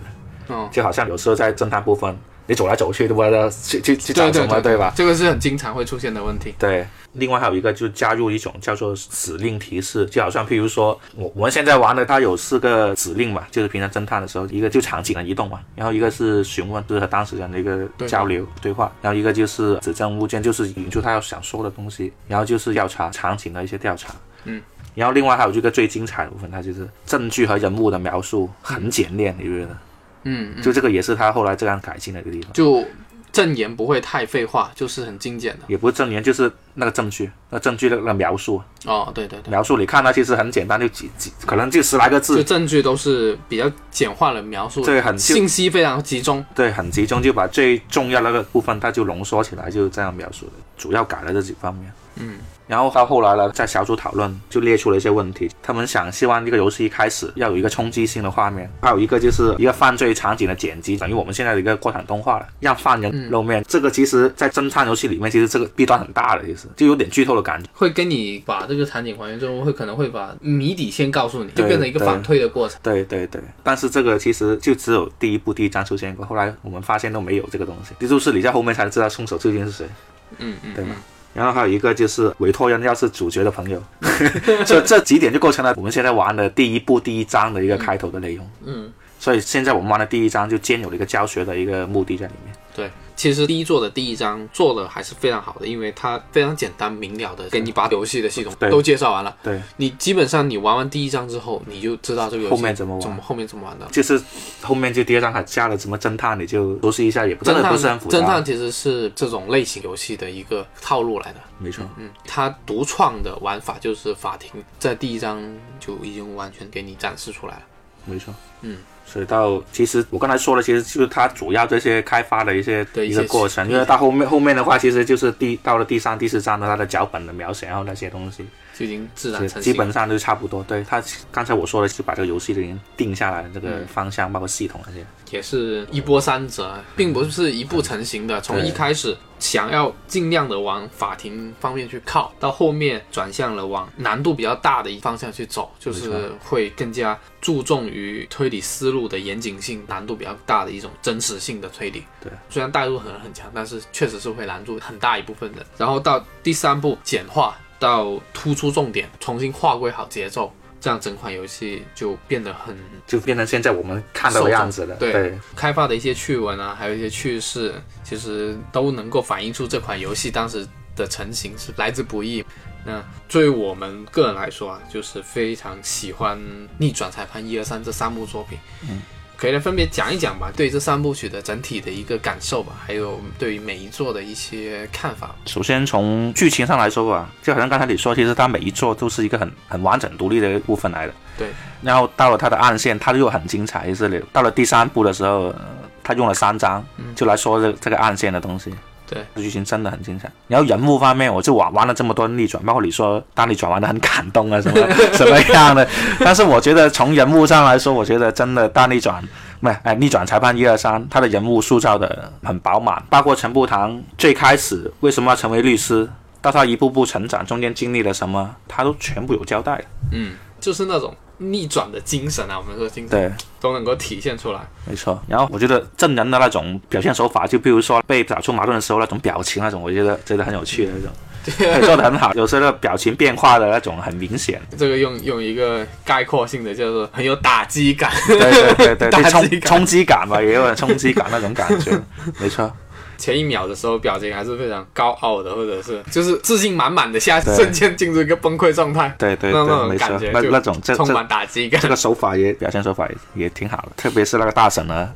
[SPEAKER 2] 的。
[SPEAKER 1] 嗯，
[SPEAKER 2] 就好像有时候在侦探部分，你走来走去都不知道去去去找
[SPEAKER 1] 对
[SPEAKER 2] 什么，
[SPEAKER 1] 对
[SPEAKER 2] 吧？
[SPEAKER 1] 这个是很经常会出现的问题。
[SPEAKER 2] 对，另外还有一个就是加入一种叫做指令提示，就好像譬如说，我我们现在玩的它有四个指令嘛，就是平常侦探的时候，一个就场景的移动嘛，然后一个是询问，就是和当事人的一个
[SPEAKER 1] 对
[SPEAKER 2] 交流对话，然后一个就是指证物件，就是引出他要想说的东西，然后就是调查场景的一些调查，
[SPEAKER 1] 嗯。
[SPEAKER 2] 然后另外还有这个最精彩的部分，它就是证据和人物的描述很简练，你觉得呢？
[SPEAKER 1] 嗯，嗯
[SPEAKER 2] 就这个也是他后来这样改进的一个地方，
[SPEAKER 1] 就证言不会太废话，就是很精简的。
[SPEAKER 2] 也不是证言，就是那个证据，那证据的那个描述，
[SPEAKER 1] 哦，对对对，
[SPEAKER 2] 描述你看它其实很简单，就几几可能就十来个
[SPEAKER 1] 就
[SPEAKER 2] 字，
[SPEAKER 1] 证据都是比较简化的描述，
[SPEAKER 2] 对很就
[SPEAKER 1] 信息非常集中。
[SPEAKER 2] 对，很集中，就把最重要的那个部分它就浓缩起来，就是这样描述的。主要改了这几方面，
[SPEAKER 1] 嗯，
[SPEAKER 2] 然后到后来呢，在小组讨论就列出了一些问题，他们想希望这个游戏一开始要有一个冲击性的画面，还有一个就是一个犯罪场景的剪辑，等于我们现在的一个过场动画了，让犯人露面。这个其实，在侦探游戏里面，其实这个弊端很大的，其实就有点剧透的感觉。
[SPEAKER 1] 会跟你把这个场景还原之后，会可能会把谜底先告诉你，就
[SPEAKER 2] 对
[SPEAKER 1] 变成一个
[SPEAKER 2] 对
[SPEAKER 1] 反推的过程。
[SPEAKER 2] 对对对，但是这个其实就只有第一部第一章出现过，后来我们发现都没有这个东西，这就是你在后面才知道凶手究竟是谁，
[SPEAKER 1] 嗯嗯，
[SPEAKER 2] 对吗？然后还有一个就是委托人要是主角的
[SPEAKER 1] [laughs]
[SPEAKER 2] 朋友，所以这几点就构成了我们现在玩的第一部第一章的一个开头的内容。
[SPEAKER 1] 嗯，
[SPEAKER 2] 所以现在我们玩的第一章就兼有了一个教学的一个目的在里面。
[SPEAKER 1] 对。其实第一做的第一章做的还是非常好的，因为它非常简单明了的给你把游戏的系统
[SPEAKER 2] 对
[SPEAKER 1] 都介绍完了。
[SPEAKER 2] 对，
[SPEAKER 1] 你基本上你玩完第一章之后，你就知道这个游戏
[SPEAKER 2] 后面怎么玩
[SPEAKER 1] 怎么后面怎么玩的。
[SPEAKER 2] 就是后面就第二章还加了什么侦探，你就熟悉一下，也不真
[SPEAKER 1] 侦
[SPEAKER 2] 的
[SPEAKER 1] 探
[SPEAKER 2] 不是很复杂。
[SPEAKER 1] 侦探其实是这种类型游戏的一个套路来的。
[SPEAKER 2] 没错，
[SPEAKER 1] 嗯，它独创的玩法就是法庭，在第一章就已经完全给你展示出来了。
[SPEAKER 2] 没错，
[SPEAKER 1] 嗯，
[SPEAKER 2] 所以到其实我刚才说的，其实就是它主要这些开发的一些
[SPEAKER 1] 对一
[SPEAKER 2] 一
[SPEAKER 1] 些
[SPEAKER 2] 个过程，因为到后面后面的话，其实就是第到了第三、第四章的它的脚本的描写，然后那些东西，
[SPEAKER 1] 就已经自然成
[SPEAKER 2] 基
[SPEAKER 1] 型。
[SPEAKER 2] 本上都差不多。对它刚才我说的，就把这个游戏已经定下来的这
[SPEAKER 1] 嗯
[SPEAKER 2] 个方向，包括系统那些。
[SPEAKER 1] 也是一波三折，并不是一步成型的。从一开始想要尽量的往法庭方面去靠，到后面转向了往难度比较大的一方向去走，就是会更加注重于推理思路的严谨性，难度比较大的一种真实性的推理。
[SPEAKER 2] 对，
[SPEAKER 1] 虽然代入可能很强，但是确实是会拦住很大一部分人。然后到第三步简化，到突出重点，重新划归好节奏。这样整款游戏就变得很
[SPEAKER 2] 就变成现在我们看到的样子了。
[SPEAKER 1] 对开发的一些趣闻啊，还有一些趣事，其实都能够反映出这款游戏当时的成型是来之不易。那作为我们个人来说啊，就是非常喜欢《逆转裁判》一二三这三部作品。
[SPEAKER 2] 嗯，
[SPEAKER 1] 可以来分别讲一讲吧，对这三部曲的整体的一个感受吧，还有对于每一座的一些看法。
[SPEAKER 2] 首先从剧情上来说吧，就好像刚才你说，其实它每一座都是一个很很完整独立的一部分来的。
[SPEAKER 1] 对。
[SPEAKER 2] 然后到了它的暗线，它又很精彩之类的。到了第三部的时候，
[SPEAKER 1] 嗯
[SPEAKER 2] 呃它用了三章就来说这这个暗线的东西。
[SPEAKER 1] 对，
[SPEAKER 2] 剧情真的很精彩。然后人物方面，我就玩玩了这么多逆转，包括你说当你转玩的很感动啊什
[SPEAKER 1] [laughs]
[SPEAKER 2] 么什么样的，但是我觉得从人物上来说，我觉得真的大逆转。不，哎，逆转裁判一二三，他的人物塑造的很饱满，包括陈步堂最开始为什么要成为律师，到他一步步成长，中间经历了什么，他都全部有交代。
[SPEAKER 1] 嗯，就是那种逆转的精神啊，我们说精神
[SPEAKER 2] 对，
[SPEAKER 1] 都能够体现出来。
[SPEAKER 2] 没错。然后我觉得证人的那种表现手法，就比如说被找出矛盾的时候那种表情那种，我觉得真的很有趣的那种。对，做的很好，有时候那表情变化的那种很
[SPEAKER 1] [laughs]
[SPEAKER 2] 明显，
[SPEAKER 1] 这个用用一个概括性的叫做很有打击
[SPEAKER 2] [laughs]
[SPEAKER 1] 感。
[SPEAKER 2] 对对对对，
[SPEAKER 1] 打
[SPEAKER 2] 对
[SPEAKER 1] 击感
[SPEAKER 2] 冲冲击感吧，也有冲击感那种感觉，没错，
[SPEAKER 1] 前一秒的时候表情还是非常高傲的，或者是就是自信满满的，下
[SPEAKER 2] 对
[SPEAKER 1] 瞬间进入一个崩溃状态，
[SPEAKER 2] 对对
[SPEAKER 1] 那那
[SPEAKER 2] 对，
[SPEAKER 1] 种
[SPEAKER 2] 没错
[SPEAKER 1] 感觉，
[SPEAKER 2] 那
[SPEAKER 1] 就
[SPEAKER 2] 那种这
[SPEAKER 1] 充
[SPEAKER 2] 这
[SPEAKER 1] 满打击感
[SPEAKER 2] 这。个手法也表现手法也也挺好的，特别是那个大
[SPEAKER 1] [laughs]
[SPEAKER 2] 神呢，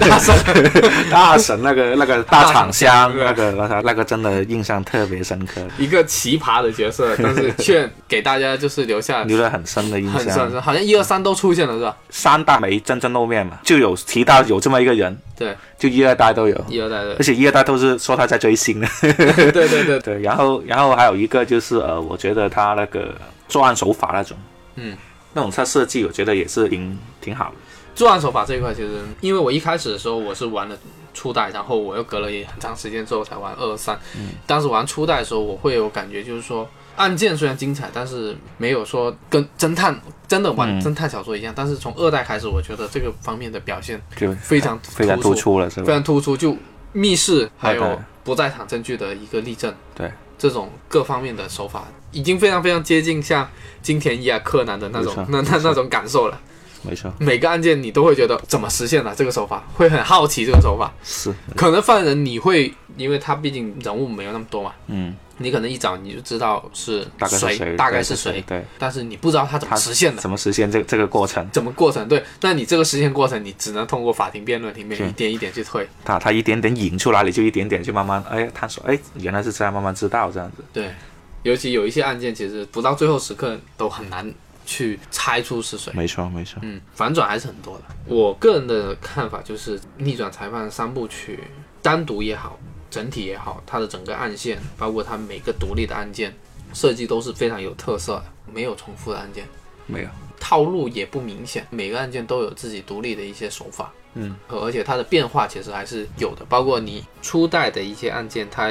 [SPEAKER 1] 大声 [laughs]
[SPEAKER 2] 大神那个那个大厂
[SPEAKER 1] 大厂
[SPEAKER 2] 香
[SPEAKER 1] 香
[SPEAKER 2] 那个那个那个真的印象特别深刻，
[SPEAKER 1] 一个奇葩的角
[SPEAKER 2] [laughs]
[SPEAKER 1] 色，但是却给大家就是留下
[SPEAKER 2] 留了很深的印
[SPEAKER 1] 很
[SPEAKER 2] 象。
[SPEAKER 1] 深，好像一二三都出现了是吧？
[SPEAKER 2] 三代没真正露面嘛，就有提到有这么一个人，
[SPEAKER 1] 对，
[SPEAKER 2] 就一二代都有，
[SPEAKER 1] 一二代
[SPEAKER 2] 而且一二代都是说他在追星的。 [laughs]
[SPEAKER 1] 的，对对对，
[SPEAKER 2] 对，然后然后还有一个就是呃，我觉得他那个作案手法那种，
[SPEAKER 1] 嗯，
[SPEAKER 2] 那种他设计我觉得也是挺挺好的。
[SPEAKER 1] 作案手法这一块，其实因为我一开始的时候我是玩的初代，然后我又隔了也很长时间之后才玩二三。
[SPEAKER 2] 嗯
[SPEAKER 1] 当时玩初代的时候，我会有感觉，就是说案件虽然精彩，但是没有说跟侦探真的玩
[SPEAKER 2] 嗯
[SPEAKER 1] 侦探小说一样。但是从二代开始，我觉得这个方面的表现
[SPEAKER 2] 就
[SPEAKER 1] 非常
[SPEAKER 2] [laughs] 非常
[SPEAKER 1] 突，
[SPEAKER 2] 突出了，是
[SPEAKER 1] 非
[SPEAKER 2] 吧？
[SPEAKER 1] 常突出，就密室还
[SPEAKER 2] 对
[SPEAKER 1] 有不在场证据的一个例证，
[SPEAKER 2] 对
[SPEAKER 1] 这种各方面的手法，已经非常非常接近像金田一啊、柯南的那种
[SPEAKER 2] 没错
[SPEAKER 1] 那那
[SPEAKER 2] 没错
[SPEAKER 1] 那种感受了。
[SPEAKER 2] 没错，
[SPEAKER 1] 每个案件你都会觉得怎么实现的、这个手法，会很好奇这个手法。
[SPEAKER 2] 是，
[SPEAKER 1] 可能犯人你会，因为他毕竟人物没有那么多嘛，
[SPEAKER 2] 嗯，
[SPEAKER 1] 你可能一找你就知道是
[SPEAKER 2] 大概是
[SPEAKER 1] 谁，
[SPEAKER 2] 谁？
[SPEAKER 1] 大概
[SPEAKER 2] 对
[SPEAKER 1] 是谁，
[SPEAKER 2] 对，
[SPEAKER 1] 但是你不知道他怎么
[SPEAKER 2] 他
[SPEAKER 1] 实现的，
[SPEAKER 2] 怎么实现这这个过程？
[SPEAKER 1] 怎么过程。对，那你这个实现过程，你只能通过法庭辩论里面
[SPEAKER 2] 是
[SPEAKER 1] 一点一点去推。
[SPEAKER 2] 他他一点点引出来，你就一点点去慢慢哎探索，哎原来是这样，慢慢知道这样子。
[SPEAKER 1] 对，尤其有一些案件，其实不到最后时刻都很难去猜出是谁。
[SPEAKER 2] 没错，没错，
[SPEAKER 1] 嗯，反转还是很多的。我个人的看法就是，《逆转裁判》三部曲单独也好，整体也好，它的整个案件，包括它每个独立的案件设计都是非常有特色的，没有重复的案件，
[SPEAKER 2] 没有，
[SPEAKER 1] 套路也不明显，每个案件都有自己独立的一些手法。
[SPEAKER 2] 嗯，
[SPEAKER 1] 而且它的变化其实还是有的，包括你初代的一些案件，它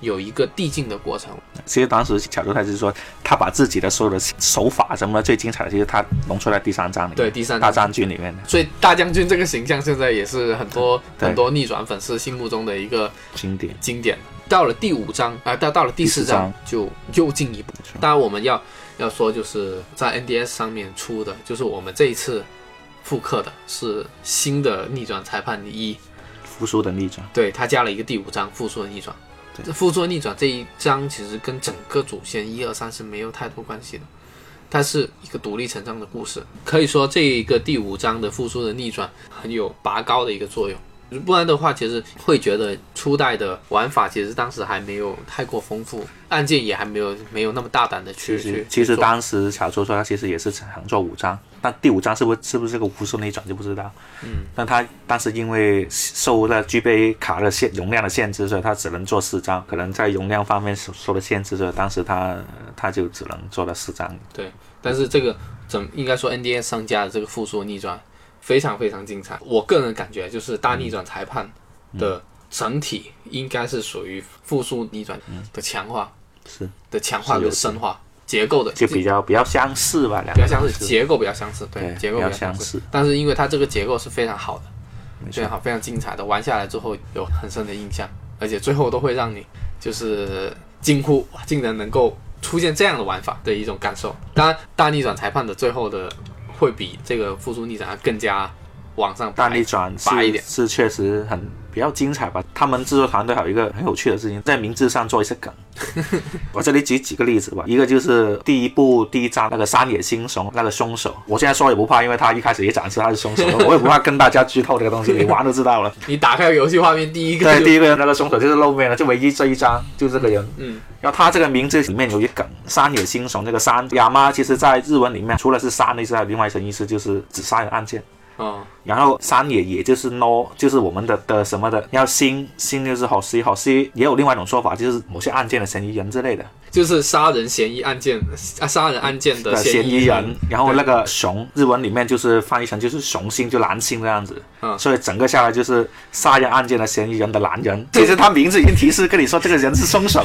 [SPEAKER 1] 有一个递进的过程。
[SPEAKER 2] 其实当时小周他就是说，他把自己的所有的手法什么的最精彩的，其实他浓缩在第三章里面，
[SPEAKER 1] 对第三
[SPEAKER 2] 大
[SPEAKER 1] 章
[SPEAKER 2] 战剧里面的
[SPEAKER 1] 所以大将军这个形象现在也是很多
[SPEAKER 2] 对
[SPEAKER 1] 很多逆转粉丝心目中的一个
[SPEAKER 2] 经典。
[SPEAKER 1] 经典。到了第五章啊，到、到了第四章就又进一步
[SPEAKER 2] 没错。
[SPEAKER 1] 当然我们要要说，就是在 NDS 上面出的，就是我们这一次复刻的是新的逆转裁判一，
[SPEAKER 2] 复苏的逆转，
[SPEAKER 1] 对，它加了一个第五章复苏的逆转。
[SPEAKER 2] 对
[SPEAKER 1] 这复苏的逆转这一章其实跟整个主线一二三是没有太多关系的，它是一个独立成章的故事。可以说，这一个第五章的复苏的逆转很有拔高的一个作用。不然的话，其实会觉得初代的玩法其实当时还没有太过丰富，案件也还没有没有那么大胆的去去
[SPEAKER 2] 其实。其
[SPEAKER 1] 去
[SPEAKER 2] 实
[SPEAKER 1] 做
[SPEAKER 2] 当时小周说他其实也是想做五章，但第五章是不是是不是这个复苏逆转就不知道。嗯，但他当时因为受了具备卡的限容量的限制，所以他只能做四章，可能在容量方面受受了限制，所以当时他他就只能做了四章。
[SPEAKER 1] 对，但是这个怎应该说 NDS 上架的这个复苏逆转非常非常精彩。我个人感觉就是大逆转裁判的整体应该是属于复苏逆转的强化
[SPEAKER 2] 是，
[SPEAKER 1] 的强化
[SPEAKER 2] 是有
[SPEAKER 1] 跟深化结构的，
[SPEAKER 2] 就比较比较相似吧，两
[SPEAKER 1] 比
[SPEAKER 2] 个
[SPEAKER 1] 较相
[SPEAKER 2] 都
[SPEAKER 1] 似，结构比较相似，
[SPEAKER 2] 对
[SPEAKER 1] 对，结构
[SPEAKER 2] 比较
[SPEAKER 1] 较相
[SPEAKER 2] 相似。
[SPEAKER 1] 但是因为它这个结构是非常好的，
[SPEAKER 2] 没
[SPEAKER 1] 非常好，非常精彩的，玩下来之后有很深的印象，而且最后都会让你就是惊呼，哇，竟然能够出现这样的玩法的一种感受。当然，大逆转裁判的最后的会比这个复苏逆转要更加往上
[SPEAKER 2] 大
[SPEAKER 1] 爬
[SPEAKER 2] 逆转
[SPEAKER 1] 拔一
[SPEAKER 2] 是
[SPEAKER 1] 点
[SPEAKER 2] 是确实很比比较精彩吧。他们制作团队还有一个很有趣的事情，在名字上做一些
[SPEAKER 1] [laughs]
[SPEAKER 2] 梗。我这里举几个例子吧，一个就是第一部第一章那个山野新雄那个凶手，我现在说也不怕，因为他一开始也展示他
[SPEAKER 1] [laughs]
[SPEAKER 2] 是凶手了，我也不怕跟大家剧透这个东西，你玩都知道了。
[SPEAKER 1] 你打开游戏画面第一个
[SPEAKER 2] 对，
[SPEAKER 1] 就
[SPEAKER 2] 第一个人那个凶手就是露面了，就唯一这一章就这个人。
[SPEAKER 1] 嗯，
[SPEAKER 2] 然后他这个名字里面有一梗，山野新雄这个山亚妈，其实在日文里面除了是山的意思，还有另外一层意思就是指杀人案件。
[SPEAKER 1] 哦，
[SPEAKER 2] 然后山野也就是 no，就是我们的的什么的，然后新新就是好西好西，也有另外一种说法，就是某些案件的嫌疑人之类的，
[SPEAKER 1] 就是杀人嫌疑案件啊，杀人案件的
[SPEAKER 2] 嫌
[SPEAKER 1] 疑
[SPEAKER 2] 人。然后那个熊，日文里面就是翻译成就是雄性，就男性这样子。
[SPEAKER 1] 嗯
[SPEAKER 2] 所以整个下来就是杀人案件的嫌疑人的男人。 [laughs] 其实他名字已经提示跟你说这个人是凶 [laughs] 手，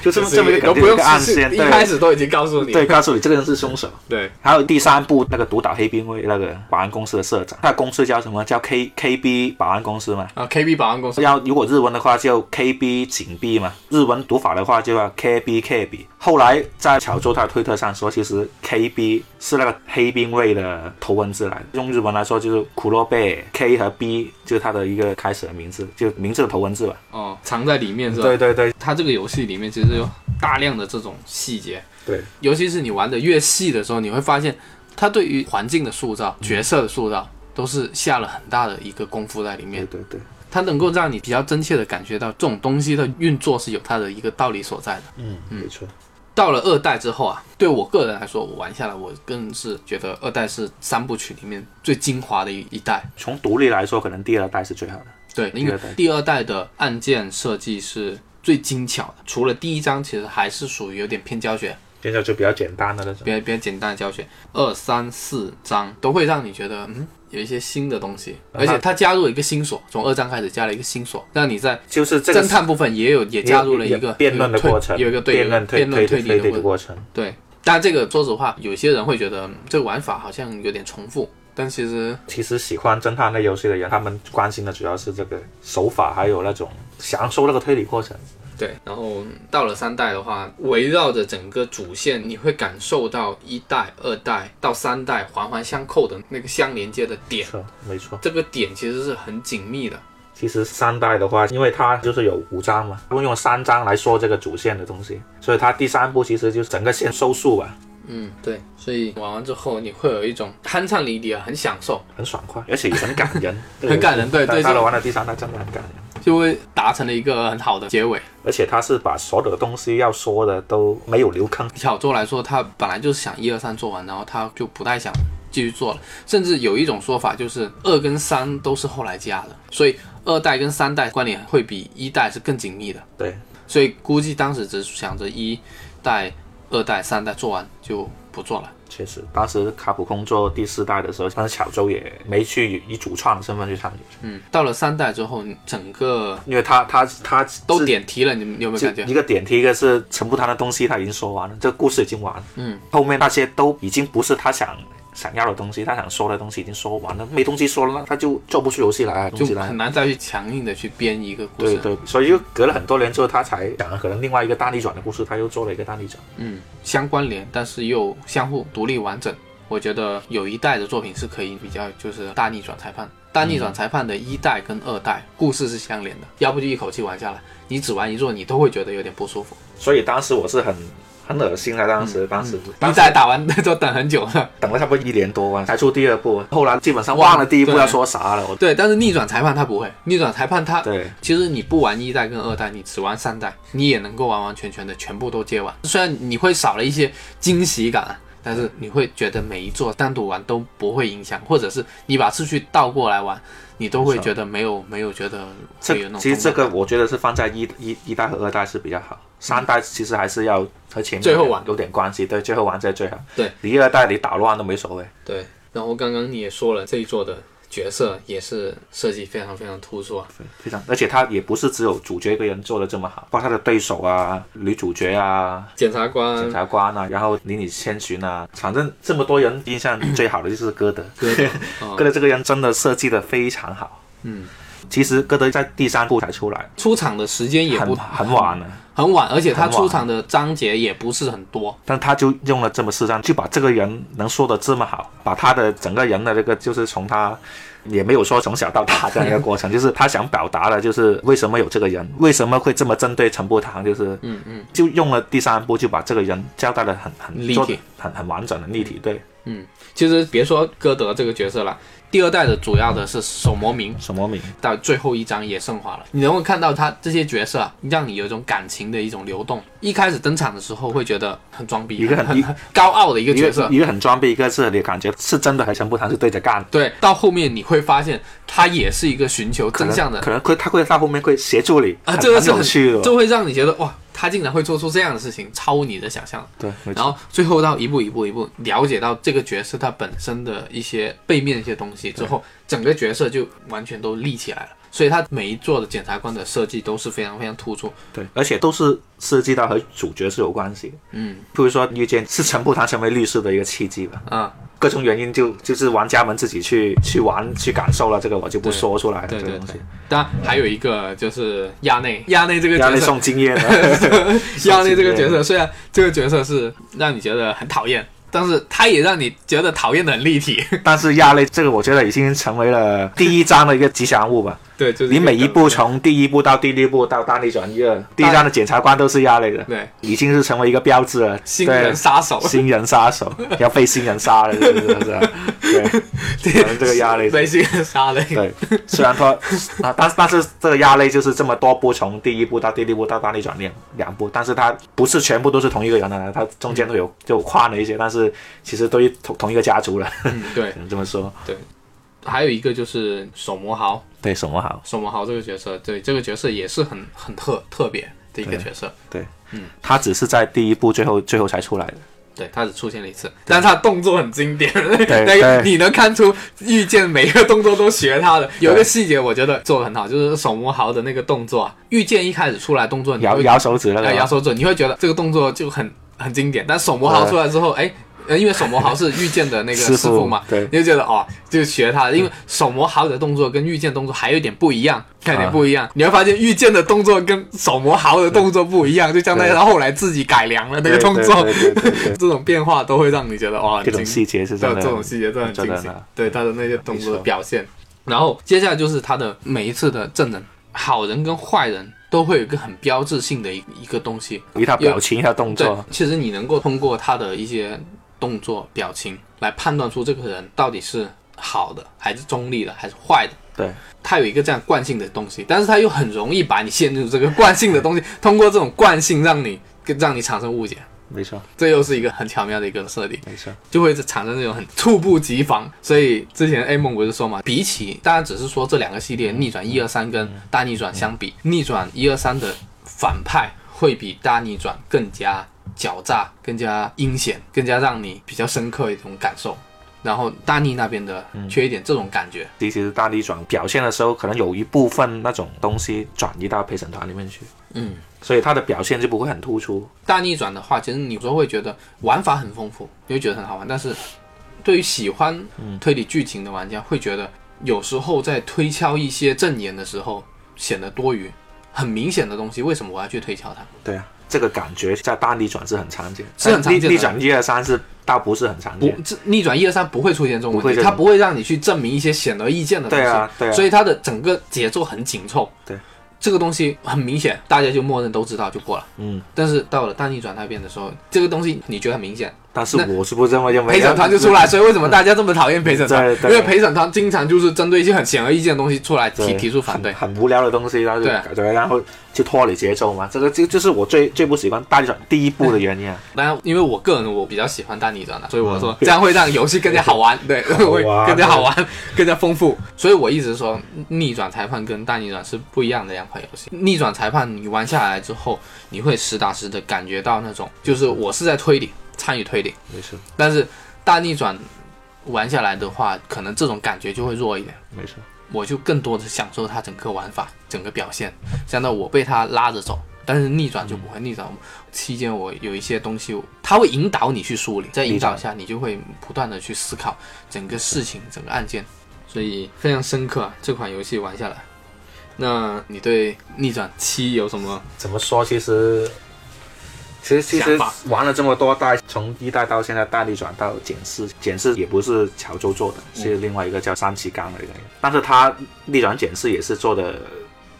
[SPEAKER 2] 就这么这么一个
[SPEAKER 1] 都
[SPEAKER 2] 感
[SPEAKER 1] 不
[SPEAKER 2] 觉，一
[SPEAKER 1] 用
[SPEAKER 2] 个暗
[SPEAKER 1] 提示
[SPEAKER 2] 线，
[SPEAKER 1] 一开
[SPEAKER 2] 对
[SPEAKER 1] 始都已经告诉你了。
[SPEAKER 2] 对，告诉你这个人是凶手。
[SPEAKER 1] 对，
[SPEAKER 2] 还有第三部那个独岛黑兵卫那个保安公司的社长，那公司叫什么？叫 K K B 保安公司嘛。
[SPEAKER 1] 啊，KB 保安公司
[SPEAKER 2] 要如果日文的话就 KB 紧闭嘛，日文读法的话就要 KB KB。后来在巧周他的推特上说，其实 KB 是那个黑兵卫的头文字来的，用日文来说就是苦洛贝 K 和 B 就是他的一个开始的名字，就名字的头文字吧。
[SPEAKER 1] 哦，藏在里面是吧？
[SPEAKER 2] 对对对
[SPEAKER 1] 它这个游戏里面其实有大量的这种细节，
[SPEAKER 2] 对，
[SPEAKER 1] 尤其是你玩的越细的时候，你会发现它对于环境的塑造、角色的塑造都是下了很大的一个功夫在里面
[SPEAKER 2] 对。对对。
[SPEAKER 1] 它能够让你比较真切的感觉到这种东西的运作是有它的一个道理所在的。
[SPEAKER 2] 嗯，没错，
[SPEAKER 1] 到了二代之后啊，对我个人来说，我玩下来，我更是觉得二代是三部曲里面最精华的一一代。
[SPEAKER 2] 从独立来说，可能第二代是最好的。
[SPEAKER 1] 对，因为
[SPEAKER 2] 第二代
[SPEAKER 1] 第二代的按键设计是最精巧的，除了第一章其实还是属于有点偏教学，
[SPEAKER 2] 现在就比较简单的那种。
[SPEAKER 1] 比较比较简单的教学，二三四章都会让你觉得嗯有一些新的东西，而且它加入了一个新锁，从二章开始加了一个新锁，让你在
[SPEAKER 2] 就是这个
[SPEAKER 1] 侦探部分也有也加入了一个
[SPEAKER 2] 辩论
[SPEAKER 1] 有
[SPEAKER 2] 的
[SPEAKER 1] 一个
[SPEAKER 2] 过程，
[SPEAKER 1] 有一个对
[SPEAKER 2] 辩论
[SPEAKER 1] 辩论
[SPEAKER 2] 推
[SPEAKER 1] 推理的
[SPEAKER 2] 理
[SPEAKER 1] 过
[SPEAKER 2] 的
[SPEAKER 1] 程。
[SPEAKER 2] 过程。
[SPEAKER 1] 对，但这个说实话，有些人会觉得嗯这个玩法好像有点重复，但其实
[SPEAKER 2] 其实喜欢侦探类游戏的人，他们关心的主要是这个手法，还有那种享受那个推理过程。
[SPEAKER 1] 对，然后到了三代的话，围绕着整个主线，你会感受到一代、二代到三代环环相扣的那个相连接的点，
[SPEAKER 2] 是，没错。
[SPEAKER 1] 这个点其实是很紧密的。
[SPEAKER 2] 其实三代的话，因为它就是有五章嘛，他们用三章来说这个主线的东西，所以它第三部其实就是整个线收束吧，
[SPEAKER 1] 嗯，对，所以玩完之后你会有一种酣畅淋漓啊，很享受，
[SPEAKER 2] 很爽快，而且也很感人，
[SPEAKER 1] 很感人对对
[SPEAKER 2] 到
[SPEAKER 1] 就
[SPEAKER 2] 了玩了第三代真的很感人。
[SPEAKER 1] 就会达成了一个很好的结尾。
[SPEAKER 2] 而且它是把所有的东西要说的都没有留坑，
[SPEAKER 1] 小周来说，他本来就是想一二三做完，然后他就不太想继续做了。甚至有一种说法就是二跟三都是后来加的，所以二代跟三代关联会比一代是更紧密的。
[SPEAKER 2] 对，
[SPEAKER 1] 所以估计当时只想着一代、二代、三代做完就不做了。
[SPEAKER 2] 确实，当时卡普空做第四代的时候，当时巧周也没去以主创的身份去参与，
[SPEAKER 1] 嗯，到了三代之后，你整个
[SPEAKER 2] 因为他他他
[SPEAKER 1] 都
[SPEAKER 2] 自
[SPEAKER 1] 点题了，你们有没有
[SPEAKER 2] 就
[SPEAKER 1] 感觉？
[SPEAKER 2] 一个点题，一个是全部他的东西他已经说完了，这个故事已经完了，
[SPEAKER 1] 嗯，
[SPEAKER 2] 后面那些都已经不是他想想要的东西，他想说的东西已经说完了，没东西说了，那他就做不出游戏来，
[SPEAKER 1] 就
[SPEAKER 2] 东西来
[SPEAKER 1] 很。难再去强硬的去编一个故事。
[SPEAKER 2] 对对，所以就隔了很多年之后，他才想了可能另外一个大逆转的故事，他又做了一个大逆转。
[SPEAKER 1] 嗯，相关联，但是又相互独立完整。我觉得有一代的作品是可以比较，就是《大逆转裁判》。《大逆转裁判》的一代跟二代故事是相连的，要不就一口气玩下来，你只玩一座，你都会觉得有点不舒服。
[SPEAKER 2] 所以当时我是很很恶心的，当
[SPEAKER 1] 嗯
[SPEAKER 2] 时、当时、
[SPEAKER 1] 一
[SPEAKER 2] 当时
[SPEAKER 1] 代打完就等很久了。
[SPEAKER 2] 等了差不多一年多啊，才出第二部，后来基本上忘了第一部要说啥了。我
[SPEAKER 1] 对，但是逆转裁判它不会，逆转裁
[SPEAKER 2] [laughs]
[SPEAKER 1] 判它
[SPEAKER 2] 对
[SPEAKER 1] 其实你不玩一代跟二代，你只玩三代，你也能够完完全全的全部都接完。虽然你会少了一些惊喜感，但是你会觉得每一座单独玩都不会影响，或者是你把次序倒过来玩，你都会觉得没有没有觉得
[SPEAKER 2] 这
[SPEAKER 1] 会有那种
[SPEAKER 2] 其实这
[SPEAKER 1] 冲
[SPEAKER 2] 个
[SPEAKER 1] 动感
[SPEAKER 2] 我觉得是放在一一一代和二代是比较好，三代其实还是要和前面
[SPEAKER 1] 最后玩
[SPEAKER 2] 有点关系，对，最后玩才最好。
[SPEAKER 1] 对，
[SPEAKER 2] 你二代你打乱都没所谓。
[SPEAKER 1] 对。然后刚刚你也说了，这一座的角色也是设计非常非常突出啊。
[SPEAKER 2] 非常，而且他也不是只有主角一个人做的这么好，包括他的对手啊、女主角啊、
[SPEAKER 1] 检察官
[SPEAKER 2] 检察官啊，然后邻里千寻啊，反正这么多人印象最好的就是歌德。
[SPEAKER 1] 哥的啊
[SPEAKER 2] [laughs] 歌德这个人真的设计的非常好。
[SPEAKER 1] 嗯，
[SPEAKER 2] 其实歌德在第三部才出来，
[SPEAKER 1] 出场的时间也不
[SPEAKER 2] 很很晚了，
[SPEAKER 1] 很晚，而且他
[SPEAKER 2] 很晚
[SPEAKER 1] 出场的章节也不是很多。
[SPEAKER 2] 但他就用了这么四张，就把这个人能说的这么好，把他的整个人的这个就是从他也没有说从小到大这样一个过程，就是他想表达的，就是为什么有这个人，为什么会这么针对陈步堂，就是
[SPEAKER 1] 嗯嗯
[SPEAKER 2] 就用了第三部就把这个人交代的很很
[SPEAKER 1] 立体
[SPEAKER 2] 做得很很完整的立体，对，
[SPEAKER 1] 嗯，其实别说歌德这个角色了，第二代的主要的是手磨明，
[SPEAKER 2] 什么名？
[SPEAKER 1] 到最后一章也升华了。你能够看到他这些角色啊，让你有一种感情的一种流动。一开始登场的时候会觉得很装逼，
[SPEAKER 2] 一个很
[SPEAKER 1] 很高傲的一个
[SPEAKER 2] 一
[SPEAKER 1] 角色
[SPEAKER 2] 个，一个很装逼，一个是你感觉是真的和陈步堂是对着干。
[SPEAKER 1] 对，到后面你会发现他也是一个寻求
[SPEAKER 2] 可
[SPEAKER 1] 真
[SPEAKER 2] 能
[SPEAKER 1] 相的
[SPEAKER 2] 可能会他会到后面会协助你
[SPEAKER 1] 啊，
[SPEAKER 2] 很
[SPEAKER 1] 这个
[SPEAKER 2] 很
[SPEAKER 1] 是
[SPEAKER 2] 有
[SPEAKER 1] 很
[SPEAKER 2] 趣的，
[SPEAKER 1] 就会让你觉得哇，他竟然会做出这样的事情，超乎你的想象。
[SPEAKER 2] 对，没
[SPEAKER 1] 然
[SPEAKER 2] 错
[SPEAKER 1] 后最后到一步一步一步了解到这个角色他本身的一些背面的一些东西之后，整个角色就完全都立起来了。所以他每一座的检察官的设计都是非常非常突出。
[SPEAKER 2] 对，而且都是涉及到和主角是有关系的。
[SPEAKER 1] 嗯
[SPEAKER 2] 譬如说遇见是陈步堂成为律师的一个契机吧，
[SPEAKER 1] 啊，
[SPEAKER 2] 各种原因就就是玩家们自己去去玩去感受了，这个我就不说出来了。
[SPEAKER 1] 对
[SPEAKER 2] 这个
[SPEAKER 1] 对
[SPEAKER 2] 东西
[SPEAKER 1] 对，。当然还有一个就是亚内，亚内这个
[SPEAKER 2] 压
[SPEAKER 1] 角
[SPEAKER 2] 力
[SPEAKER 1] 色，
[SPEAKER 2] 送经验啊了，
[SPEAKER 1] [laughs] 亚内这个角色虽然这个角色是让你觉得很讨厌，但是他也让你觉得讨厌的很立体。 [laughs]
[SPEAKER 2] 但是压力这个我觉得已经成为了第一章的一个吉
[SPEAKER 1] [laughs]
[SPEAKER 2] 祥物吧。
[SPEAKER 1] 对，就是
[SPEAKER 2] 你每一步
[SPEAKER 1] 个
[SPEAKER 2] 从第一步到第六步到大力转业，第一章的检察官都是压力的，
[SPEAKER 1] 对
[SPEAKER 2] 已经是成为一个标志了。
[SPEAKER 1] 新人杀手，
[SPEAKER 2] 对新人杀手要被新人杀了，是不是？
[SPEAKER 1] [laughs]
[SPEAKER 2] 对，可能这个压力。
[SPEAKER 1] 被新人杀 [laughs] 了。
[SPEAKER 2] 对，虽然说 [laughs] 啊，但但是这个压力就是这么多步，从第一步到第六步到大力转变两步，但是它不是全部都是同一个人的，它中间都
[SPEAKER 1] 嗯
[SPEAKER 2] 有就跨了一些，但是其实都是同同一个家族了，
[SPEAKER 1] 嗯，对
[SPEAKER 2] 只。能这么说。
[SPEAKER 1] 还有一个就是手磨豪，
[SPEAKER 2] 对，什么好？
[SPEAKER 1] 手魔豪这个角色，对这个角色也是很很特特别的一个角色，
[SPEAKER 2] 他只是在第一步最后最后才
[SPEAKER 1] [laughs]
[SPEAKER 2] 出来的。
[SPEAKER 1] 对他只出现了一次，但是他动作很经典，
[SPEAKER 2] 对
[SPEAKER 1] [laughs] 那个
[SPEAKER 2] 对
[SPEAKER 1] 你能看出遇见每个动作都学他的。有一个细节我觉得做的很好，就是手魔豪的那个动作啊，遇见一开始出来动作，你
[SPEAKER 2] 摇
[SPEAKER 1] 会
[SPEAKER 2] 摇手指那
[SPEAKER 1] 哎
[SPEAKER 2] 个
[SPEAKER 1] 摇
[SPEAKER 2] 吗，
[SPEAKER 1] 手指，你会觉得这个动作就很很经典，但手魔豪
[SPEAKER 2] 对
[SPEAKER 1] 出来之后，哎。呃因为手魔豪是遇见的那个
[SPEAKER 2] 师
[SPEAKER 1] 师
[SPEAKER 2] 傅
[SPEAKER 1] 傅嘛，
[SPEAKER 2] 对
[SPEAKER 1] 你就觉得哦，就学他的，因为手魔豪的动作跟遇见动作还有一点不一样，还有点不一
[SPEAKER 2] 啊
[SPEAKER 1] 样。你会发现遇见的动作跟手魔豪的动作不一样，就相当于
[SPEAKER 2] 对
[SPEAKER 1] 他后来自己改良了那
[SPEAKER 2] 对
[SPEAKER 1] 个动作，
[SPEAKER 2] 对对对对
[SPEAKER 1] [laughs]
[SPEAKER 2] 对
[SPEAKER 1] 这种变化都会让你觉得哇，
[SPEAKER 2] 这种
[SPEAKER 1] 很惊
[SPEAKER 2] 细节是
[SPEAKER 1] 这
[SPEAKER 2] 真的。
[SPEAKER 1] 这种细节真的很惊
[SPEAKER 2] 真
[SPEAKER 1] 喜
[SPEAKER 2] 的，
[SPEAKER 1] 对他的那些动作
[SPEAKER 2] 啊没
[SPEAKER 1] 的
[SPEAKER 2] 错
[SPEAKER 1] 表现。然后接下来就是他的每一次的证人，好人跟坏人都会有一个很标志性的一一个东西。
[SPEAKER 2] 一套表情，一套动
[SPEAKER 1] 对
[SPEAKER 2] 作，，
[SPEAKER 1] 其实你能够通过他的一些动作、表情来判断出这个人到底是好的，还是中立的，还是坏的。
[SPEAKER 2] 对，
[SPEAKER 1] 他有一个这样惯性的东西，但是他又很容易把你陷入这个惯性的东西，通过这种惯性让你让你产生误解，
[SPEAKER 2] 没错，
[SPEAKER 1] 这又是一个很巧妙的一个设定。
[SPEAKER 2] 没错，
[SPEAKER 1] 就会产生这种很猝不及防。所以之前 A 梦不是说嘛，比起当然只是说这两个系列逆转一二三跟大逆转相比，逆转一二三的反派会比大逆转更加狡诈、更加阴险、更加让你比较深刻一种感受。然后大逆那边的缺一点这种感觉，
[SPEAKER 2] 其实大力转表现的时候，可能有一部分那种东西转移到陪审团里面去，
[SPEAKER 1] 嗯，
[SPEAKER 2] 所以他的表现就不会很突出。
[SPEAKER 1] 大逆转的话，其实你有时候会觉得玩法很丰富，你会觉得很好玩，但是对于喜欢推理剧情的玩家，会觉得有时候在推敲一些证言的时候显得多余。很明显的东西，为什么我要去推敲它？
[SPEAKER 2] 对啊，这个感觉在大逆转是很常见，
[SPEAKER 1] 是很常见的
[SPEAKER 2] 但逆逆转一二三是倒不是很常
[SPEAKER 1] 不
[SPEAKER 2] 见，，
[SPEAKER 1] 这逆转一二三不会出现这种
[SPEAKER 2] 不
[SPEAKER 1] 问
[SPEAKER 2] 会
[SPEAKER 1] 题，
[SPEAKER 2] 这
[SPEAKER 1] 它
[SPEAKER 2] 种
[SPEAKER 1] 不会让你去证明一些显而易见的东西。
[SPEAKER 2] 对啊对啊
[SPEAKER 1] 所以它的整个节奏很紧凑。
[SPEAKER 2] 对，
[SPEAKER 1] 这个东西很明显，大家就默认都知道就过了。
[SPEAKER 2] 嗯，
[SPEAKER 1] 但是到了大逆转那边的时候，这个东西你觉得很明显，
[SPEAKER 2] 但是我是不认为就没嗯
[SPEAKER 1] 陪审团就出来，所以为什么大家这么讨厌陪审团？
[SPEAKER 2] 对
[SPEAKER 1] 因
[SPEAKER 2] 对
[SPEAKER 1] 为陪审团经常就是针对一些很显而易见的东西出来提
[SPEAKER 2] 对
[SPEAKER 1] 提出反
[SPEAKER 2] [laughs]
[SPEAKER 1] 对。
[SPEAKER 2] 很无聊的东西，然后就
[SPEAKER 1] 对
[SPEAKER 2] 感觉然后就拖你节奏嘛，这个就就是我最最不喜欢大逆转第一步的原因啊。
[SPEAKER 1] 当然，因为我个人我比较喜欢大逆转的，所以我说这样会让游戏更加好玩，
[SPEAKER 2] [laughs]
[SPEAKER 1] 对，会
[SPEAKER 2] 嗯玩
[SPEAKER 1] 更加好玩，更加丰富。所以我一直说逆转裁判跟大逆转是不一样的两款游戏。逆转裁判你玩下来之后，你会实打实的感觉到那种就是我是在推理，参与推理，
[SPEAKER 2] 没事
[SPEAKER 1] 但是大逆转玩下来的话，可能这种感觉就会弱一点。
[SPEAKER 2] 没事，
[SPEAKER 1] 我就更多的享受它整个玩法、整个表现，相当于我被它拉着走。但是逆转就不会，逆转期间我有一些东西，它会引导你去梳理，在引导下你就会不断的去思考整个事情、整个案件，所以非常深刻、啊、这款游戏玩下来。那你对逆转七有什么？
[SPEAKER 2] 怎么说其实。其实其
[SPEAKER 1] 想
[SPEAKER 2] 实
[SPEAKER 1] 法
[SPEAKER 2] 玩了这么多代，从一代到现在大力转到简四，简四也不是潮州做的，
[SPEAKER 1] 嗯
[SPEAKER 2] 是另外一个叫三崎刚的一个人，但是他逆转简四也是做的。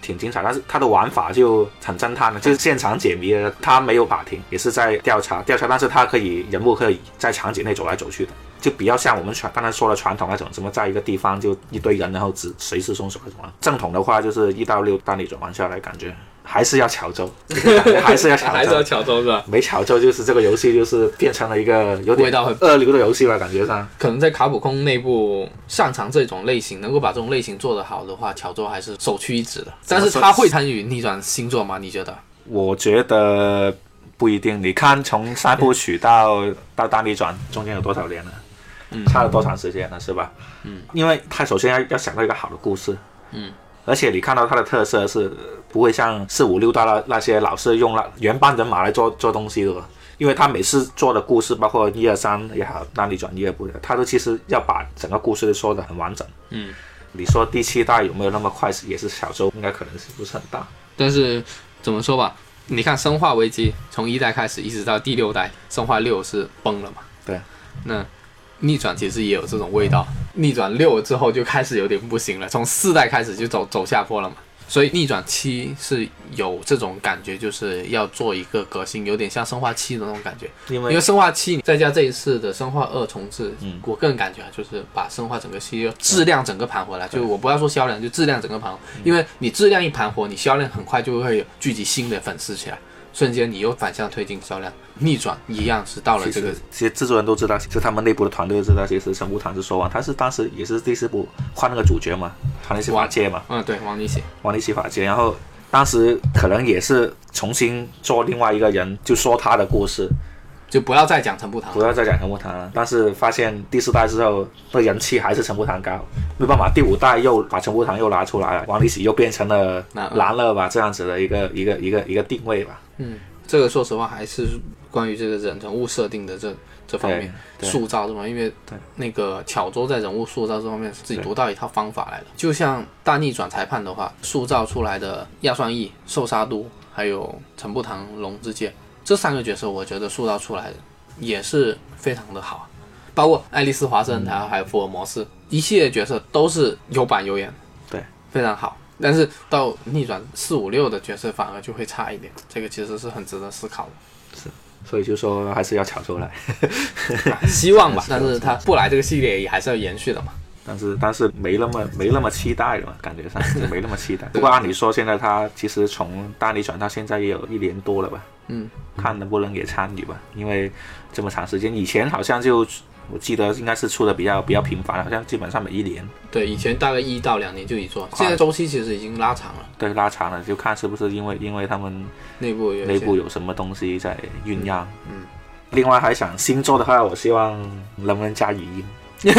[SPEAKER 2] 挺精彩，但是他的玩法就很侦探的，就是现场解谜的。他没有法庭，也是在调查调查，但是他可以人物可以在场景内走来走去的，就比较像我们传刚才说的传统那种，什么在一个地方就一堆人，然后只随时松手那种啊。正统的话就是一到六单里转弯下来，感觉还是要潮州， [laughs] 还是要潮州，
[SPEAKER 1] 还是要乔装是吧？
[SPEAKER 2] 没巧就就是这个游戏就是变成了一个有点
[SPEAKER 1] 味道很
[SPEAKER 2] [laughs] 二流的游戏吧，感觉上。
[SPEAKER 1] 可能在卡普空内部擅长这种类型，能够把这种类型做得好的话，乔州还是首屈一指的。但是他会参与逆转星座吗？你觉得？
[SPEAKER 2] 我觉得不一定，你看从三部曲到
[SPEAKER 1] 嗯
[SPEAKER 2] 到大逆转中间有多少年了，差了多长时间了，是吧？嗯，因为他首先要要想到一个好的故事，
[SPEAKER 1] 嗯。
[SPEAKER 2] 而且你看到它的特色是不会像四五六大那那些老是用那原班人马来做做东西的，因为他每次做的故事，包括一二三也好，那逆转一二部的，他都其实要把整个故事说的很完整。
[SPEAKER 1] 嗯，
[SPEAKER 2] 你说第七代有没有那么快？也是小周，应该可能是不是很大。
[SPEAKER 1] 但是怎么说吧，你看《生化危机》从一代开始一直到第六代，《生化六》是崩了嘛？
[SPEAKER 2] 对。
[SPEAKER 1] 那逆转其实也有这种味道，逆转六之后就开始有点不行了，从四代开始就走走下坡了嘛。所以逆转七是有这种感觉，就是要做一个革新，有点像生化七的那种感觉。
[SPEAKER 2] 因
[SPEAKER 1] 因
[SPEAKER 2] 为
[SPEAKER 1] 为生化七再加这一次的生化二重置，
[SPEAKER 2] 嗯
[SPEAKER 1] 我个人感觉啊，就是把生化整个系列质量整个盘活了，就我不要说销量，就质量整个盘活，因为你质量一盘活，你销量很快就会有聚集新的粉丝起来，瞬间你又反向推进销量，逆转一样是到了
[SPEAKER 2] 其
[SPEAKER 1] 这个
[SPEAKER 2] 实，其实制作人都知道，就他们内部的团队都知道，其实神木堂是说完，他是当时也是第四部换那个主角嘛，换那些法界嘛，
[SPEAKER 1] 嗯，对，王力写，
[SPEAKER 2] 玩那些法界，然后当时可能也是重新做另外一个人，就说他的故事，
[SPEAKER 1] 就不要再讲陈步堂
[SPEAKER 2] 不
[SPEAKER 1] 了，
[SPEAKER 2] 要再讲陈木堂了。但是发现第四代之后，那人气还是陈木堂高，没办法，第五代又把陈木堂又拿出来了，王力喜又变成了
[SPEAKER 1] 男二
[SPEAKER 2] 男二吧，这样子的一个一个一个一个定位吧。
[SPEAKER 1] 嗯，这个说实话还是关于这个人人物设定的这这方面。
[SPEAKER 2] 对
[SPEAKER 1] 塑造这方面，因为
[SPEAKER 2] 对
[SPEAKER 1] 那个巧周在人物塑造这方面是自己
[SPEAKER 2] 对
[SPEAKER 1] 独到一套方法来的。就像大逆转裁判的话，塑造出来的亚算义、寿沙都还有陈步堂、龙之介这三个角色，我觉得塑造出来的也是非常的好，包括爱丽丝华生，还有还有福尔摩斯一系列角色都是有板有眼，
[SPEAKER 2] 对，
[SPEAKER 1] 非常好。但是到逆转四五六的角色反而就会差一点，这个其实是很值得思考的。
[SPEAKER 2] 所以就说还是要抢出来。
[SPEAKER 1] 啊希望
[SPEAKER 2] [laughs]
[SPEAKER 1] 吧，但是他不来这个系列也还是要延续的嘛。
[SPEAKER 2] 但是但是没那么没那么期待了嘛，感觉上 [laughs] 就没那么期待。不过按理说，现在他其实从大理转到现在也有一年多了吧，
[SPEAKER 1] 嗯，
[SPEAKER 2] 看能不能也参与吧，因为这么长时间，以前好像就我记得应该是出的比较比较频繁，好像基本上每一年
[SPEAKER 1] 对，以前大概一到两年就一做，现在周期其实已经拉长了，
[SPEAKER 2] 对拉长了，就看是不是因为因为他们
[SPEAKER 1] 内部有一些
[SPEAKER 2] 内
[SPEAKER 1] [laughs]
[SPEAKER 2] 部有什么东西在酝酿。
[SPEAKER 1] 嗯
[SPEAKER 2] 另外还想星座的话，我希望能不能加语音，这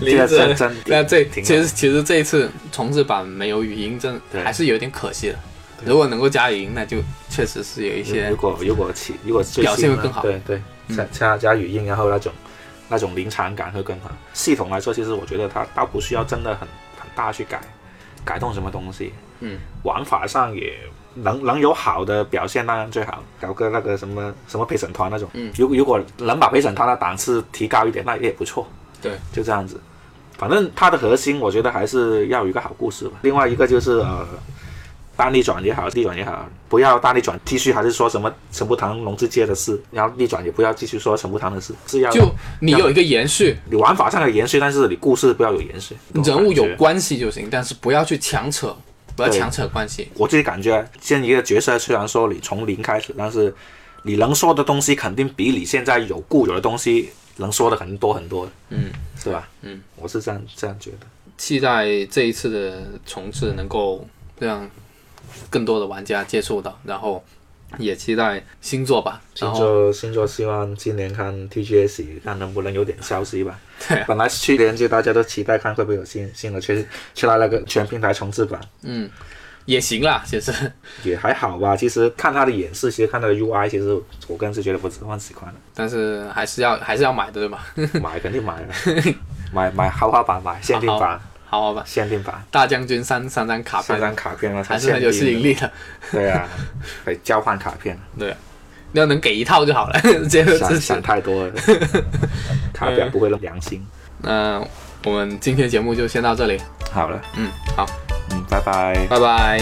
[SPEAKER 1] 林
[SPEAKER 2] 个
[SPEAKER 1] 子
[SPEAKER 2] 真。真
[SPEAKER 1] 那这
[SPEAKER 2] 挺
[SPEAKER 1] 其实其实这一次重置版没有语音，真
[SPEAKER 2] 对
[SPEAKER 1] 还是有点可惜的。如果能够加语音，那就确实是有一些
[SPEAKER 2] 如果如果起如果最
[SPEAKER 1] 表现
[SPEAKER 2] 新
[SPEAKER 1] 会
[SPEAKER 2] 的
[SPEAKER 1] 更好
[SPEAKER 2] 对对，加加加语音，然后那种那种临场感会更好。系统来说，其实我觉得它倒不需要真的很很大去改改动什么东西。
[SPEAKER 1] 嗯，
[SPEAKER 2] 玩法上也能能有好的表现，当然最好。搞个那个什么什么陪审团那种，
[SPEAKER 1] 嗯
[SPEAKER 2] 如如果能把陪审团的档次提高一点，那也不错。
[SPEAKER 1] 对，
[SPEAKER 2] 就这样子。反正它的核心，我觉得还是要有一个好故事吧。另外一个就是呃，大逆转也好，逆转也好，不要大逆转继续还是说什么陈步堂、龙之介的事，然后逆转也不要继续说陈步堂的事，是要
[SPEAKER 1] 就你有一个延续，
[SPEAKER 2] 你玩法上的延续，但是你故事不要有延续。
[SPEAKER 1] 人物有
[SPEAKER 2] 关，
[SPEAKER 1] 关系就行，但是不要去强扯，不要
[SPEAKER 2] 对
[SPEAKER 1] 强扯关系。
[SPEAKER 2] 我自己感觉，建一个角色虽然说你从零开始，但是你能说的东西肯定比你现在有固有的东西能说的很多很多，
[SPEAKER 1] 嗯，
[SPEAKER 2] 是吧？
[SPEAKER 1] 嗯，
[SPEAKER 2] 我是这样这样觉得。
[SPEAKER 1] 期待这一次的重置能够让更多的玩家接触到，然后也期待星座吧。然
[SPEAKER 2] 星
[SPEAKER 1] 后
[SPEAKER 2] 座星座希望今年看 TGS 看能不能有点消息吧。
[SPEAKER 1] 对啊
[SPEAKER 2] 本来去年就大家都期待看会不会有新新的，却却来了个全平台重置版，
[SPEAKER 1] 嗯，也行啦，其实
[SPEAKER 2] 也还好吧。其实看它的演示，其实看它的 UI，其实我个人是觉得不是很喜欢的，
[SPEAKER 1] 但是还是要还是要买的，对吧？ [laughs]
[SPEAKER 2] 买肯定买了，买买豪华版，买限定版，
[SPEAKER 1] 好好吧，
[SPEAKER 2] 限定版。
[SPEAKER 1] 大将军三三张卡
[SPEAKER 2] 三
[SPEAKER 1] 片
[SPEAKER 2] 张卡片啊，
[SPEAKER 1] 还是很有吸引
[SPEAKER 2] 力。
[SPEAKER 1] 力的。 [laughs]
[SPEAKER 2] 对啊，可以交换卡片。
[SPEAKER 1] 对，要能给一套就好了，直接
[SPEAKER 2] [laughs] 想
[SPEAKER 1] 支持
[SPEAKER 2] 想。太
[SPEAKER 1] [laughs]
[SPEAKER 2] 多了，卡表不会良心。
[SPEAKER 1] 那我们今天节目就先到这里，
[SPEAKER 2] 好了，
[SPEAKER 1] 嗯，好，
[SPEAKER 2] 嗯，拜拜。
[SPEAKER 1] 拜拜。